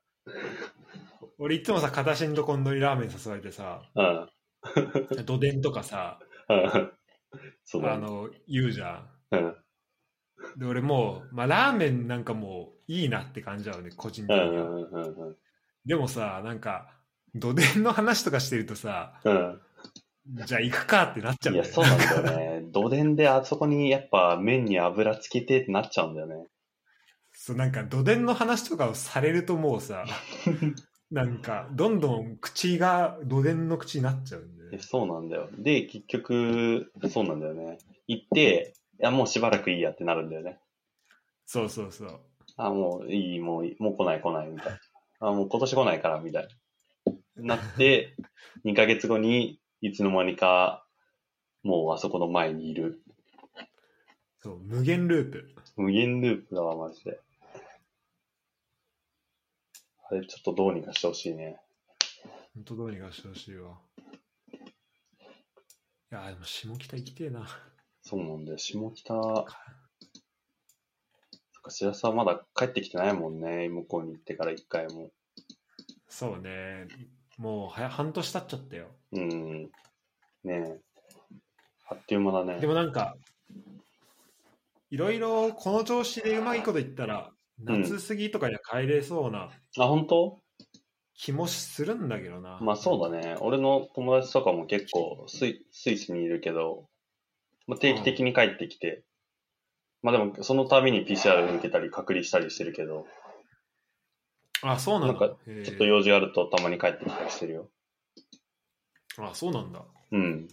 俺いつもさ、片新とこんどりラーメン誘われてさ、うん。どでんとかさ、うんそうあだね。の、言うじゃうん。ん。で、俺もう、まあ、ラーメンなんかもういいなって感じだよね、個人う的には。んうんうんうんでもさ、なんか、どでんの話とかしてるとさ、うん。じゃあ行くかってなっちゃういんや、だよねそうなんだよね。どでんであそこにやっぱ麺に油つけてってなっちゃうんだよね。そうなんかどでんの話とかをされるともう さなんかどんどん口がどでんの口になっちゃうんいでやそうなんだよ。で、結局、そうなんだよね。行って、いや、もうしばらくいいやってなるんだよね。そうそうそうあ、もういい、もういい、もう来ない来ないみたいな。あ、もう今年来ないからみたいな。なって、2ヶ 月後にいつの間にか、もうあそこの前にいる。そう無限ループ無限ループだわ、マジで。あれ、ちょっとどうにかしてほしいね。本当どうにかしてほしいわいやでも下北行きてえなそうなんだよ。下北、そっか、白沢まだ帰ってきてないもんね。向こうに行ってから一回も。そうねもうはや半年経っちゃったようん。ねえ。あっという間だね。でもなんかいろいろこの調子でうまいこと言ったらん夏過ぎとかには帰れそうなあ、本当？気もするんだけどな、まあそうだね。俺の友達とかも結構スイスイスにいるけど、まあ、定期的に帰ってきて、まあでもその度に PCR 受けたり隔離したりしてるけど、あそうなんだなんかへえちょっと用事があるとたまに帰ってきたりしてるよ。あそうなんだうん。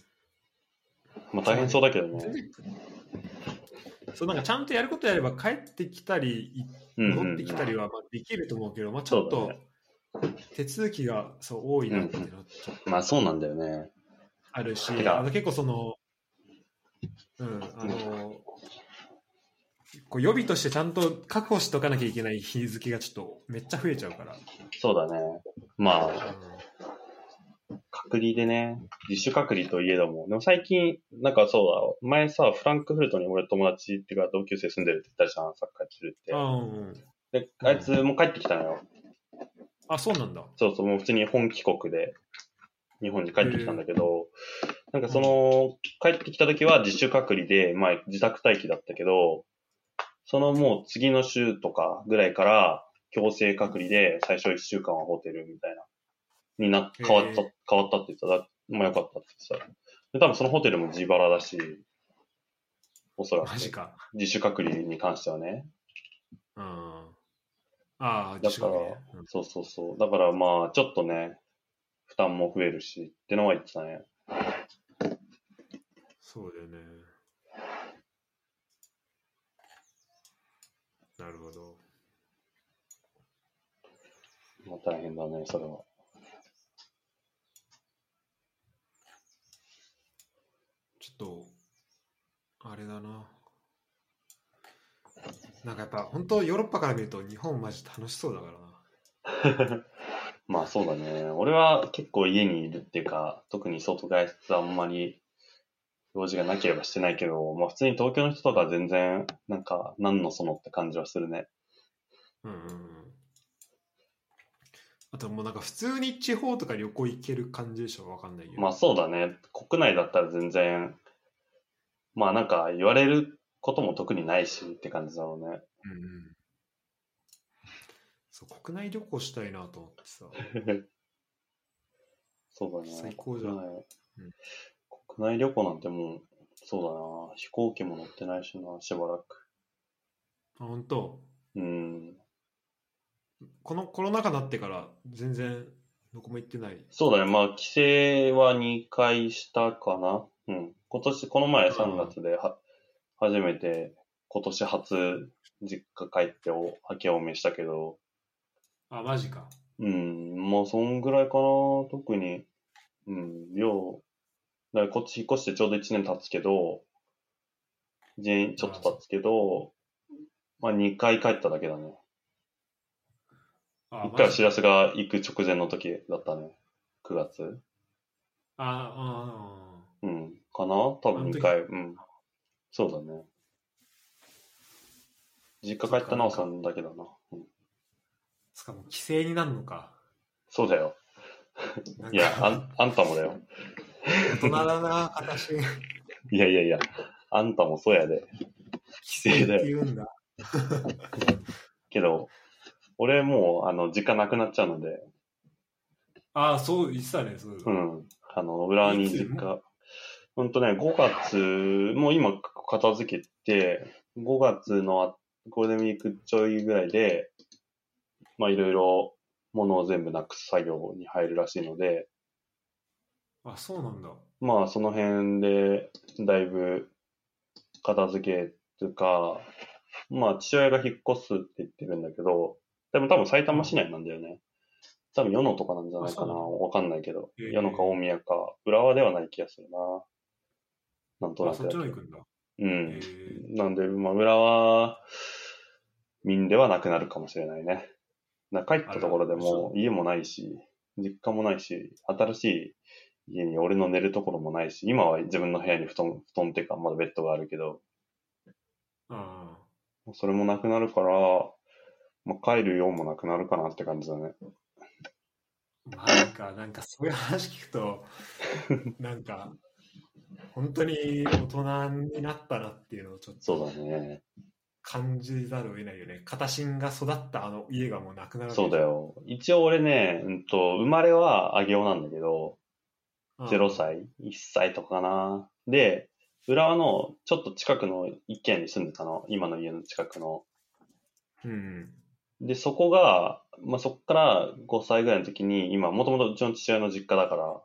まあ大変そうだけどね。そうなんかちゃんとやることやれば帰ってきたりうん、うん。戻ってきたりはまあできると思うけど、まあ、ちょっそうとだ手続きがそう多いなっていうのちょっとまあそうなんだよね。あるし、てかあの結構その、うん、あのこう予備としてちゃんと確保しとかなきゃいけない日付がちょっとめっちゃ増えちゃうから、そうだね。まあう隔離でね、自主隔離といえども、でも最近、なんかそうだ、前さ、フランクフルトに俺友達っていうか同級生住んでるって言ったじゃん、サッカーやってるって。んうんうん、で、あいつもう帰ってきたのよ。あそうなんだそうそう、もう普通に本帰国で、日本に帰ってきたんだけど、なんかその、帰ってきた時は自主隔離で、まあ自宅待機だったけど、そのもう次の週とかぐらいから強制隔離で最初1週間はホテルみたいな、にな、変わったへ、変わったって言ったら、まあよかったって言ってた。で、多分そのホテルも自腹だし、おそらくマジか、自主隔離に関してはね。うん、ああだから自粛ねうんそうそうそう。だからまあ、ちょっとね、負担も増えるし、ってのは言ってたね。そうだよね。なるほど。まあ大変だね、それは。ちょっと、あれだな。なんかやっぱ本当ヨーロッパから見ると日本マジ楽しそうだからな。まあそうだね。俺は結構家にいるっていうか、特に外外出はあんまり用事がなければしてないけど、まあ普通に東京の人とかは全然、なんか、何のそのって感じはするね。うんうんうん。あともうなんか普通に地方とか旅行行ける感じでしょわかんないけど。まあそうだね。国内だったら全然、まあなんか言われることも特にないしって感じだろうね。うんうん。そう、国内旅行したいなと思ってさ。そうだね。最高じゃん国内,、うん国内旅行なんてもう、そうだな。飛行機も乗ってないしな、しばらく。あ、本当うん。このコロナ禍になってから全然どこも行ってない。そうだね。まあ、帰省は2回したかな。うん。今年、この前3月では、初めて、今年初、実家帰ってお、明けおめしたけど、あ、マジか。うん、まあ、そんぐらいかな。特に、うん、量、だからこっち引っ越してちょうど1年経つけど、1年ちょっと経つけど、まあ2回帰っただけだね。あ1回はマジしらすが行く直前の時だったね。9月あ、うん。かな多あ分の時2回。うん。そうだね。実家帰ったなおさんだけだな。うん、つかもう規制になるのか。そうだよ。なんかい や、あんあんたもだよ。大人だな、形。規いやいやいや、あんたもそうやで。制って言うんだ。けど、俺もう、あの、実家なくなっちゃうので、ああ、そう言ってたね、そういううの。ん。あの、裏に実家。ほんとね、5月、もう今片付けて、5月のあゴールデンウィークちょいぐらいで、まあいろいろ物を全部なくす作業に入るらしいので、あ、そうなんだ。まあその辺でだいぶ片付けというか、まあ父親が引っ越すって言ってるんだけど、でも多分埼玉市内なんだよね。多分世野とかなんじゃないかあそうな。なわかんないけど。へえ世野か大宮か、浦和ではない気がするな。なんとなあくそっだちけどの方行くんだ。うんへ。えなんで、まあ浦和民ではなくなるかもしれないね。な帰ったところでもう家もないし、実家もないし、新しい家に俺の寝るところもないし、今は自分の部屋に布団、布団っていうか、まだベッドがあるけど、ああそれもなくなるから、まあ、帰る用もなくなるかなって感じだね。まあなんか、なんかそういう話聞く と、なんか、本当に大人になったなっていうのをちょっとそうだね。感じざるを得ないよね。片心が育ったあの家がもうなくなるわけそうじだゃん。よ。一応俺ね、うんと、生まれはあげおなんだけど、うん0歳、1歳とかかな。で、浦和のちょっと近くの一軒家に住んでたの、今の家の近くの。うん。で、そこが、まあ、そこから5歳ぐらいの時に、今、もともとうちの父親の実家だから、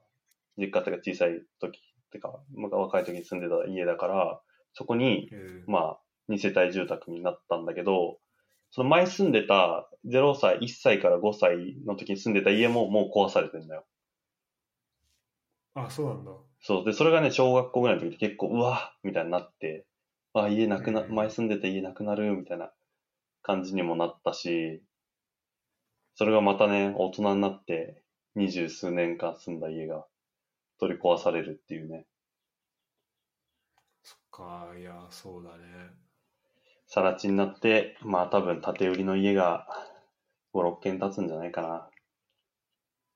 実家っていうか小さい時ってか、まあ、若い時に住んでた家だから、そこに、へえまあ、2世帯住宅になったんだけど、その前住んでた0歳、1歳から5歳の時に住んでた家ももう壊されてんだよ。あ、そうなんだ。そう。で、それがね、小学校ぐらいの時で結構、うわみたいになって、あ、家なくな、うん前住んでた家なくなる、みたいな感じにもなったし、それがまたね、大人になって、二十数年間住んだ家が取り壊されるっていうね、そっか、いや、そうだね。さら地になって、まあ多分建売りの家が5、6軒建つんじゃないか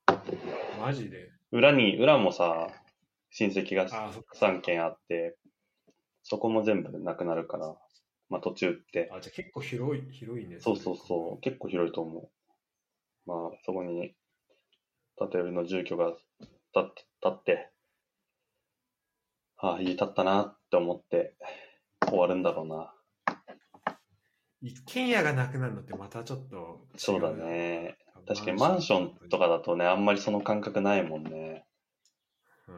な。マジで。裏に、裏もさ、親戚があ、そっか。 3軒あって、そこも全部なくなるから、まあ途中って、あ、じゃあ結構広い、広いね。そうそうそう、結構広いと思う。まあ、そこに、建売りの住居が立って、立って、ああ、家建ったなって思って、終わるんだろうな。う。一軒家がなくなるのってまたちょっと違そうだ。ね。確かにマンションとかだとね、あんまりその感覚ないもんね。うん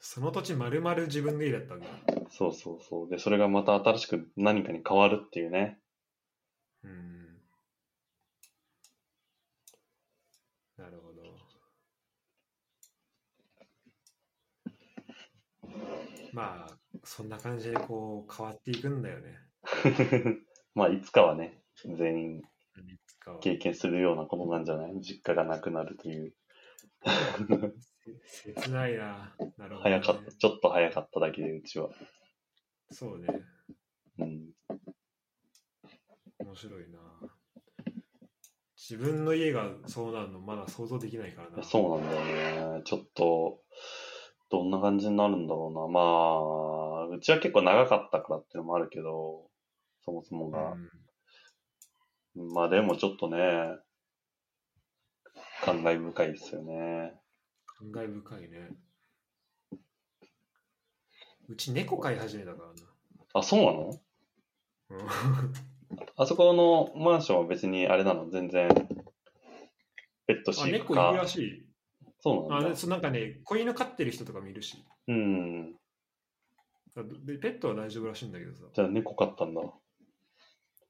その土地丸々自分で家だったんだ。そうそうそう。で、それがまた新しく何かに変わるっていうね。 うん。なるほど。まあ、そんな感じでこう変わっていくんだよね。まあ、いつかはね、全員いつかは経験するようなことなんじゃない実家がなくなるという。せ切ないな。なるほど、ね。早かった、ちょっと早かっただけで、うちは。そうね。うん。面白いな。自分の家がそうなるのまだ想像できないからいやな。そうなんだよね。ちょっと、どんな感じになるんだろうな。まあ、うちは結構長かったからっていうのもあるけど、そもそもが。んまあでもちょっとね、感慨深いですよね。感慨深いね。うち猫飼い始めたからあ、そうなのな。あそこのマンションは別にあれなの全然、ペットあ飼育猫いるらか。しい。そうなあんでだ。そうなんかね、子犬飼ってる人とかもいるし。うん。あでペットは大丈夫らしいんだけどさ。じゃあ猫飼ったんだ。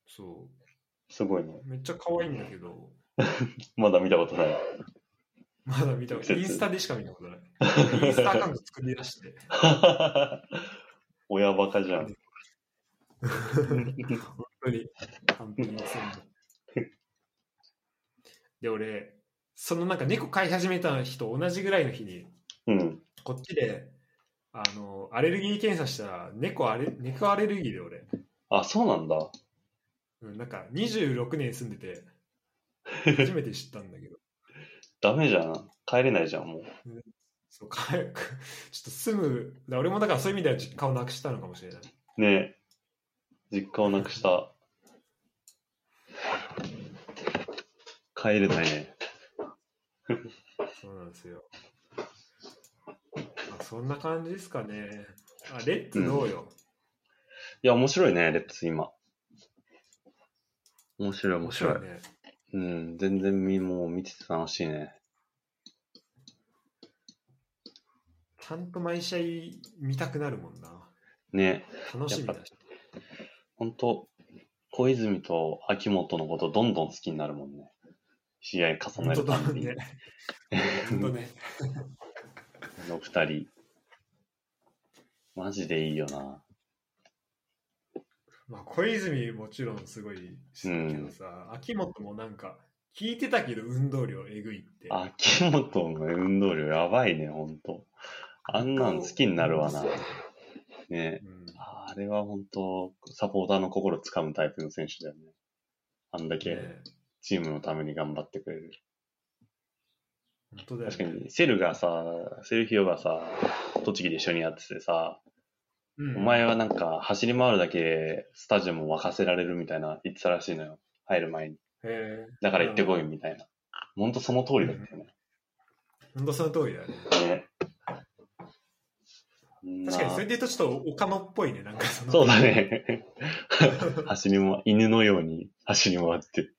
そすごいね。う。めっちゃ可愛いんだけど、 まだ見たことない。まだ見たことない。インスタでしか見たこと ない。インスタアカウント作り出して。親バカじゃん。本当に。本当にそう思うで、俺、そのなんか猫飼い始めた日と同じぐらいの日に、うん。こっちで、あの、アレルギー検査したら、猫アレ、猫アレルギーで俺、あ、そうなんだ。うん、なんか26年住んでて、初めて知ったんだけど、ダメじゃん。帰れないじゃん、もう。そう、かえちょっと住む、だ俺もだからそういう意味では実家をなくしたのかもしれない。ねえ。実家をなくした。帰れないね。そうなんですよ。まあ、そんな感じですかね。あ、レッツどうよ。いや、面白いね、レッツ今。面白い、面白い。ね。うん、全然み、もう見てて楽しいね。ちゃんと毎試合見たくなるもんな。ね楽しみだし。ほんと、小泉と秋元のことどんどん好きになるもんね。試合重ね本当るただんびに。ね。 本当ね。あの二人。マジでいいよな。まあ、小泉もちろんすごい好きだけどさ、秋元もなんか、聞いてたけど運動量えぐいって。秋元の運動量やばいね、ほんと。あんなん好きになるわな。うねんえあれは本当、サポーターの心掴むタイプの選手だよね。あんだけねチームのために頑張ってくれる。本当だよ、ね。確かに、セルがさ、セルヒオがさ、栃木で一緒にやっててさ、うんお前はなんか走り回るだけスタジアムを沸かせられるみたいな言ってたらしいのよ。入る前に。へえだから行ってこいみたいな。本当その通りだったよね。本当その通りだね。ね確かに、それなで言うとちょっと岡野っぽいね、なんかその。そうだ ね。走りも犬のように走り回って。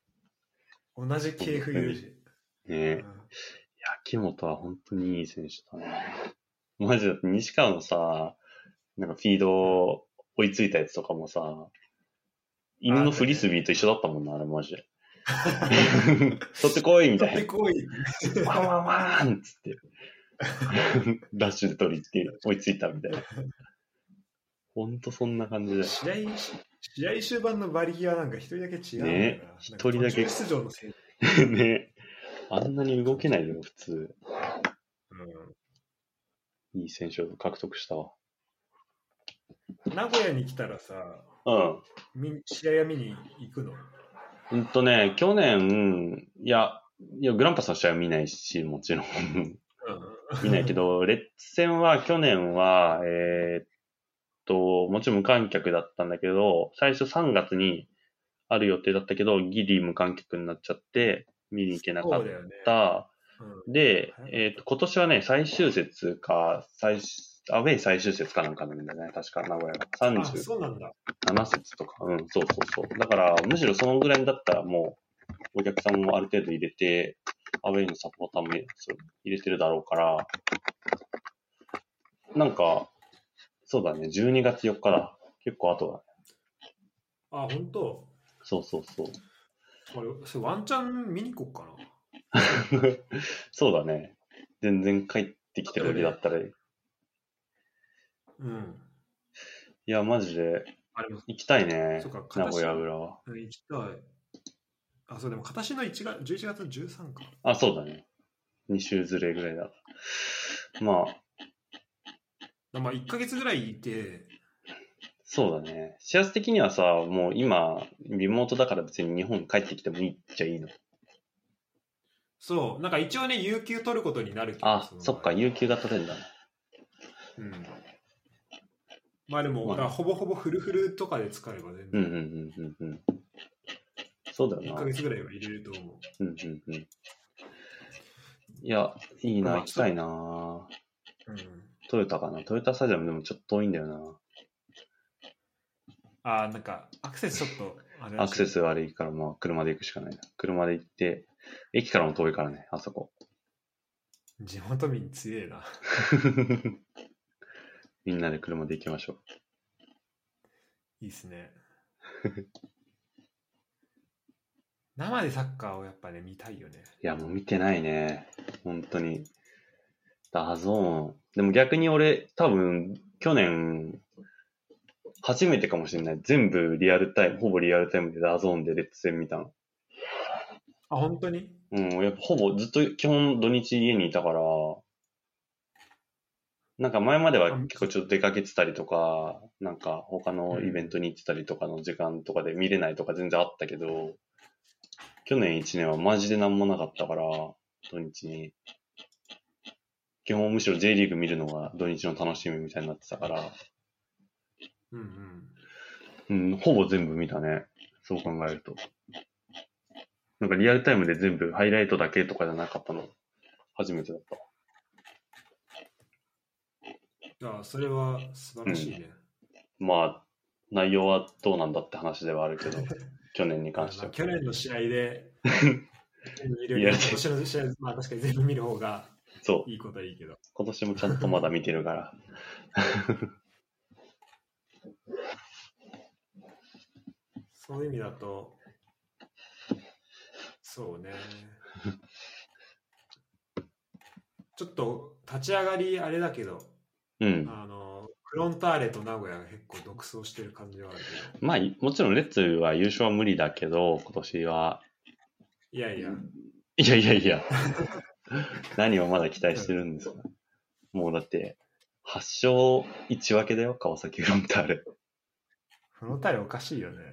同じ系譜有事。ねうん秋元は本当にいい選手だね。マジだって西川のさ、なんかフィード追いついたやつとかもさ、犬のフリスビーと一緒だったもんな、あれマジで。 取ってこいみた取っていこい。な。ワンワンワンっつって。ダッシュで取りって追いついたみたいな。ほんとそんな感じだよ。試合し、試合終盤の馬力はなんか一人だけ違うんだよなねなんか一人だけ途中出場のせい。ね。あんなに動けないよ、普通。いい選手を獲得したわ。うん名古屋に来たらさ、うん。み試合は見に行くの。うんとね、去年、いや、いや、グランパスの試合は見ないし、もちろ ん。見ないけど、レッツ戦は去年は、えーっと、もちろん無観客だったんだけど、最初3月にある予定だったけど、ギリ無観客になっちゃって、見に行けなかそっうだよね。た。うんではい、えーっと、今年はね、最終節か、最終アウェイ最終節かなんかなんだよね、確か名古屋が。あ、 30そうなんだ。 7節とか、うん、そうそうそう。だから、むしろそのぐらいだったらもう、お客さんもある程度入れて、アウェイのサポーターもそう入れてるだろうから、なんか、そうだね、12月4日だ。結構後だね。あ、本当。そうそうそう。俺、それワンチャン見に行こうかな。そう だね。全然帰ってきてる時だったら、いうん。や、マジであれも、行きたいねそうか。名古屋裏は。うん行きたい。あ、そう、でも、形の1月11月13か。あ、そうだね。2週ずれぐらいだ。まあ、まあ、1ヶ月ぐらいいて、そうだね。視圧的にはさ、もう今、リモートだから別に日本帰ってきてもいいっちゃいいの。そう、なんか一応ね、有給取ることになるけどあの、そっか、有給が取れるんだね。うんまあでも、まあだからほぼほぼフルフルとかで使えば全うんう然、んうんうんうん。そうだ1よな。ヶうん月ぐらいは入れると思う。うんうん。いや、いいな、行きたいな。うん、トヨタかな。トヨタスタジアムでもちょっと遠いんだよああ、なんか、アクセスちょっと、あれな。らアしいクセス悪いから、まあ、車で行くしかないな。車で行って、駅からも遠いからね、あそこ。地元民強えな。みんなで車で行きましょう。いいっす ね。生でサッカーをやっぱね、見たいよね。いや、もう見てないね。本当に。ダゾーン。でも逆に俺、多分、去年、初めてかもしれない。全部リアルタイム、ほぼリアルタイムでダゾーンでレッツ戦見たの。あ、本当にうん、やっぱほぼずっと基本土日家にいたから、なんか前までは結構ちょっと出かけてたりとか、なんか他のイベントに行ってたりとかの時間とかで見れないとか全然あったけど、去年1年はマジで何もなかったから、土日に。基本むしろ J リーグ見るのが土日の楽しみみたいになってたから、うんうん。うん、ほぼ全部見たね。そう考えると。なんかリアルタイムで全部ハイライトだけとかじゃなかったの。初めてだった。じゃあ、それは素晴らしいね。まあ、内容はどうなんだって話ではあるけど、去年に関してまあは。去年の試合 で、見るいよやり今年の試合、まあ確かに全部見る方がそう。いいことはいいけど。今年もちゃんとまだ見てるから。 そういう意味だと、そう ね。ちょっと立ち上がりあれだけど、うん。あの、フロンターレと名古屋が結構独走してる感じはあるけど、まあ、いもちろんレッツは優勝は無理だけど、今年は。いやいや、いやいやいや。何をまだ期待してるんですか。もうだって、8勝1分けだよ、川崎フロンターレ。フロンターレおかしいよ ね。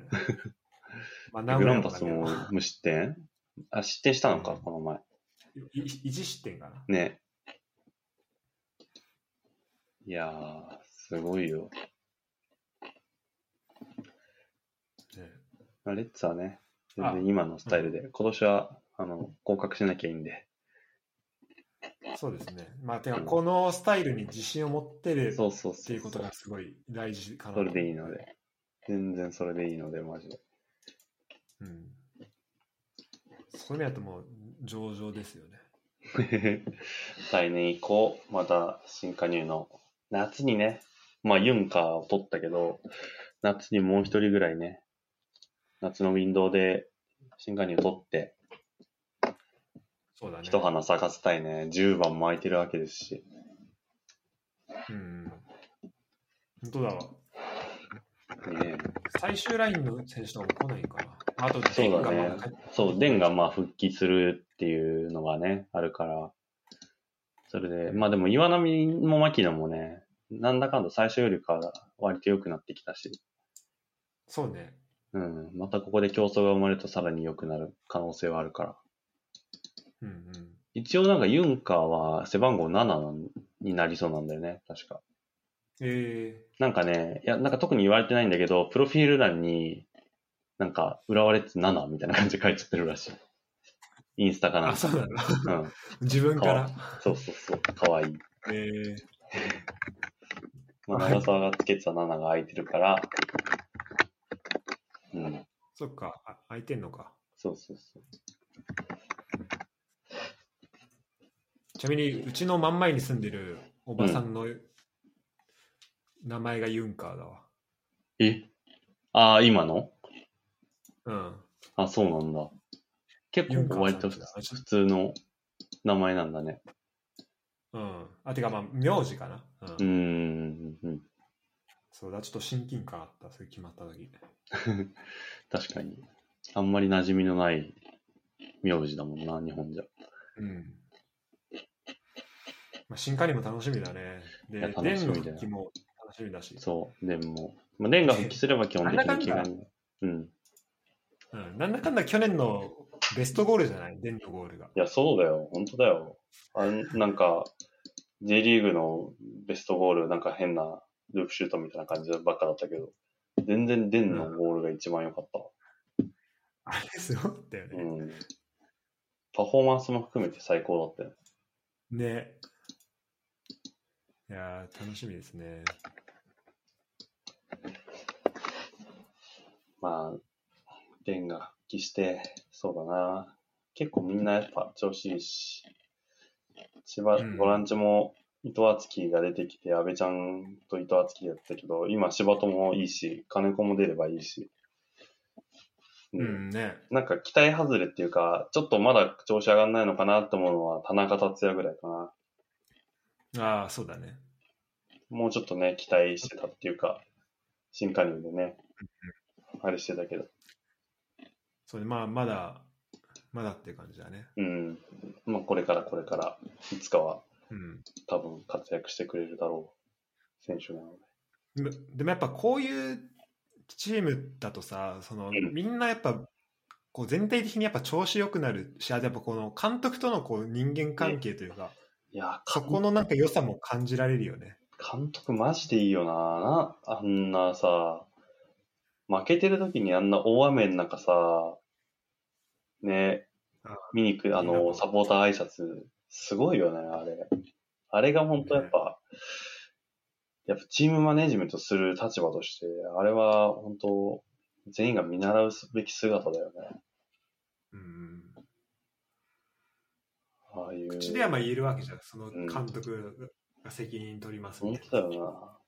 まあ、名グ古屋ランもパだスけども無失点あ、失点したのか、うんこの前。いい一失点かな。ね。いやー、すごいよ。ねまあレッツはね、あ全然今のスタイルで、今年は、あの、降格しなきゃいいんで。そうですね。まあ、てか、このスタイルに自信を持ってるそうそうっそてう。いうことがすごい大事かなそれでいいので。全然それでいいので、マジで。 うん、そういう意味だともう上々ですよね来年以降、また新加入の、夏にね、まあユンカーを取ったけど、夏にもう一人ぐらいね、夏のウィンドウで新加入取って、そうだね一花咲かせたいね。10番も空いてるわけですし。うん本当だわね、最終ラインの選手とかも来ないんかなあとそうだデねンがまだ帰ってそう、デンがまあ復帰するっていうのがね、あるから。それで、まあでも岩波も牧野もね、なんだかんだ最初よりかは割と良くなってきたし、そうねうん、またここで競争が生まれるとさらに良くなる可能性はあるから。うんうん一応なんかユンカーは背番号7になりそうなんだよね、確か。えなんかね、いや、なんか特に言われてないんだけど、プロフィール欄に、なんか、浦和レッズ7みたいな感じで書いちゃってるらしい。インスター、かなあ。そうなのうん。 自分からそうそうそう。かわいい。えー、まあ、はい長澤がつけてた7が空いてるから、うん。そっかあ空いてんのかそうそうそう。ちなみにうちの真ん前に住んでるおばさんの名前がユンカーだわえああ、今のうんあ、そうなんだ。ユ結ンカ構ー割さんとちだ普通の名前なんだね。うんあてかまあ名字かなうんうーん。うんそうだ、ちょっと親近感あった、それ決まった時確かに。あんまり馴染みのない名字だもんな、日本じゃ。うん。まあ、新加入も楽しみだね。で、いやデン楽しみだのよ復帰も楽しみだし、そう、でも。まあ、年が復帰すれば基 本的に気ながんだかね。うん。うん。なんだかんだ去年のベストゴールじゃないデンのゴールが。いや、そうだよ。本当だよ。あんなんか、J リーグのベストゴール、なんか変なループシュートみたいな感じばっかだったけど、全然デンのゴールが一番良かったわ。あれ、すごかったようね。ん。パフォーマンスも含めて最高だったよ。ね。いやー、楽しみですね。まあ、レンが復帰して、そうだな。結構みんなやっぱ調子いいし、千葉うん、ボランチも伊藤敦樹が出てきて、安倍ちゃんと伊藤敦樹やってたけど、今、柴戸もいいし、金子も出ればいいし、うんね。なんか期待外れっていうか、ちょっとまだ調子上がんないのかなって思うのは田中達也ぐらいかな。ああ、そうだね。もうちょっとね、期待してたっていうか、新加入でね、あれしてたけど。そうね、まあ、まだ、まだっていう感じだね。うん。まあこれからこれから、いつかはうん。多分活躍してくれるだろう選手なのでで。でもやっぱこういうチームだとさ、そのんみんなやっぱ、こう全体的にやっぱ調子良くなるし、あとやっぱこの監督とのこう人間関係というか、いやー、そこのなんか良さも感じられるよね。監督マジでいいよなな。あんなさ、負けてる時にあんな大雨の中さ、ねあ、見に行く、あいいの、なサポーター挨拶、すごいよね、あれ。あれが本当やっぱ、やっぱチームマネジメントする立場として、あれは本当、全員が見習うべき姿だよね。うん。ああいう。口ではまあ言えるわけじゃん、そのうん監督が責任取りますみ本たい当だよ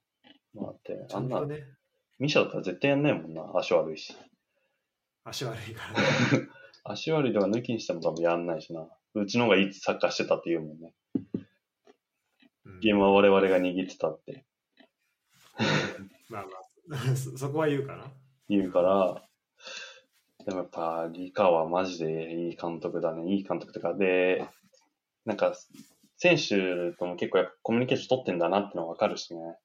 な。まあ、だって、な。あんちゃんなと、ね、ミシャだったら絶対やんないもんな、足悪いし。 足悪いから、ね。足悪いとか抜きにしても多分やんないしな。うちの方がいいサッカーしてたって言うもんね。うんゲームは我々が握ってたってまあまあ、そ そこは言うかな。言うから、でもやっぱ、リカはマジでいい監督だね。いい監督とかで、なんか、選手とも結構やっぱコミュニケーション取ってんだなってのがわかるしね。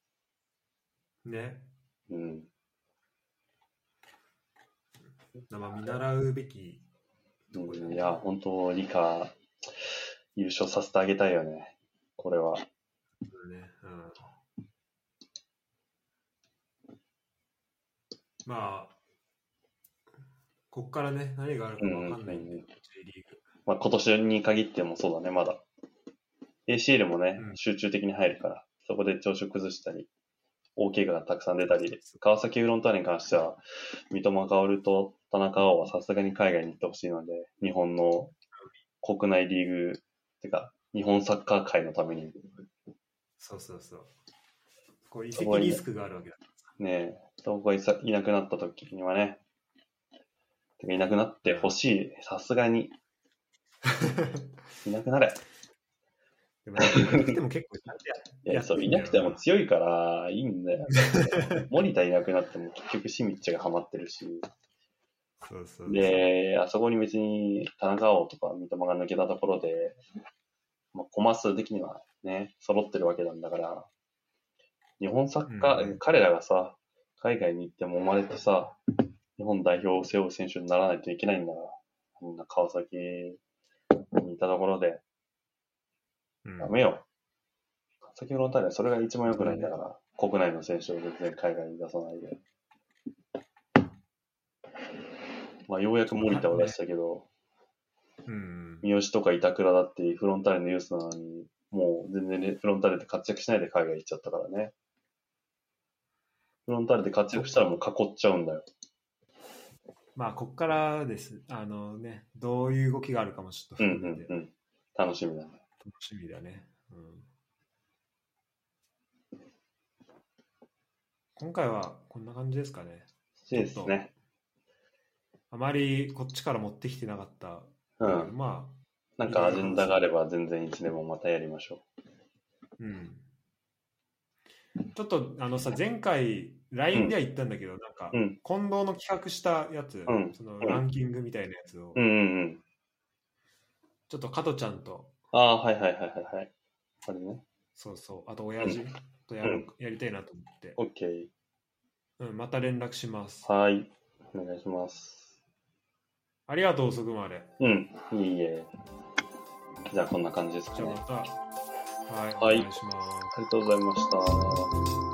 ね。うん。まあ見習うべきとこだようんねいや、本当リカ、優勝させてあげたいよね。これは。そうね、うん。まあ、こっからね、何があるかわかんないんで、うん J リーグ。まあ、今年に限ってもそうだね、まだ。ACL もね、うん集中的に入るから、そこで調子を崩したり、大怪我がたくさん出たりそ、川崎フロンターレに関しては、三笘薫と田中碧はさすがに海外に行ってほしいので、日本の国内リーグ、てか、日本サッカー界のために、そうそうそう。こう移籍リスクがあるわけだ。ね、東がいさいなくなった時にはね、てかいなくなってほしい、さすがに。いなくなれ。 でも、ね、でも結構ちゃんとやいや、そう、やってんいだよなくても強いから、いいんだ よ。森田いなくなっても、結局、シミッチがハマってるし。そうそうそう。で、あそこに別に、田中碧とか三笘が抜けたところで、まあ、コマ数的にはね、揃ってるわけなんだから、日本サッカー、うん彼らがさ、海外に行っても生まれてさ、日本代表を背負う選手にならないといけないんだから、こんな川崎にいたところで、うんダメよ。先ほどの大会、それが一番良くないんだから、国内の選手を全然海外に出さないで。まあ、ようやく森田を出したけど、うん。三好とか板倉だってフロンターレのユースなのに、もう全然ねフロンターレで活躍しないで海外行っちゃったからね。フロンターレで活躍したらもう囲っちゃうんだよ。まあ、こっからです。あのね、どういう動きがあるかもちょっとうん含めてうんうん。楽しみだね。楽しみだね。うん、今回はこんな感じですかね。そうですね。あまりこっちから持ってきてなかった。うん。まあ、なんかアジェンダがあれば全然いつでもまたやりましょうん。ちょっとあのさ、前回 LINE では言ったんだけど、なんか、う。うん。近藤の企画したやつ、うんそのランキングみたいなやつを、うんうんうん。ちょっと加トちゃんと、ああ、はいはいはいはいはい。あれね。そうそう、あと親父とやろうやりたいなと思って、 OK。うん、また連絡します。はい。お願いします。ありがとう、遅くまで。うん。いいえ。じゃあ、こんな感じですかじゃあね。また、はい、はいお願いします。ありがとうございました。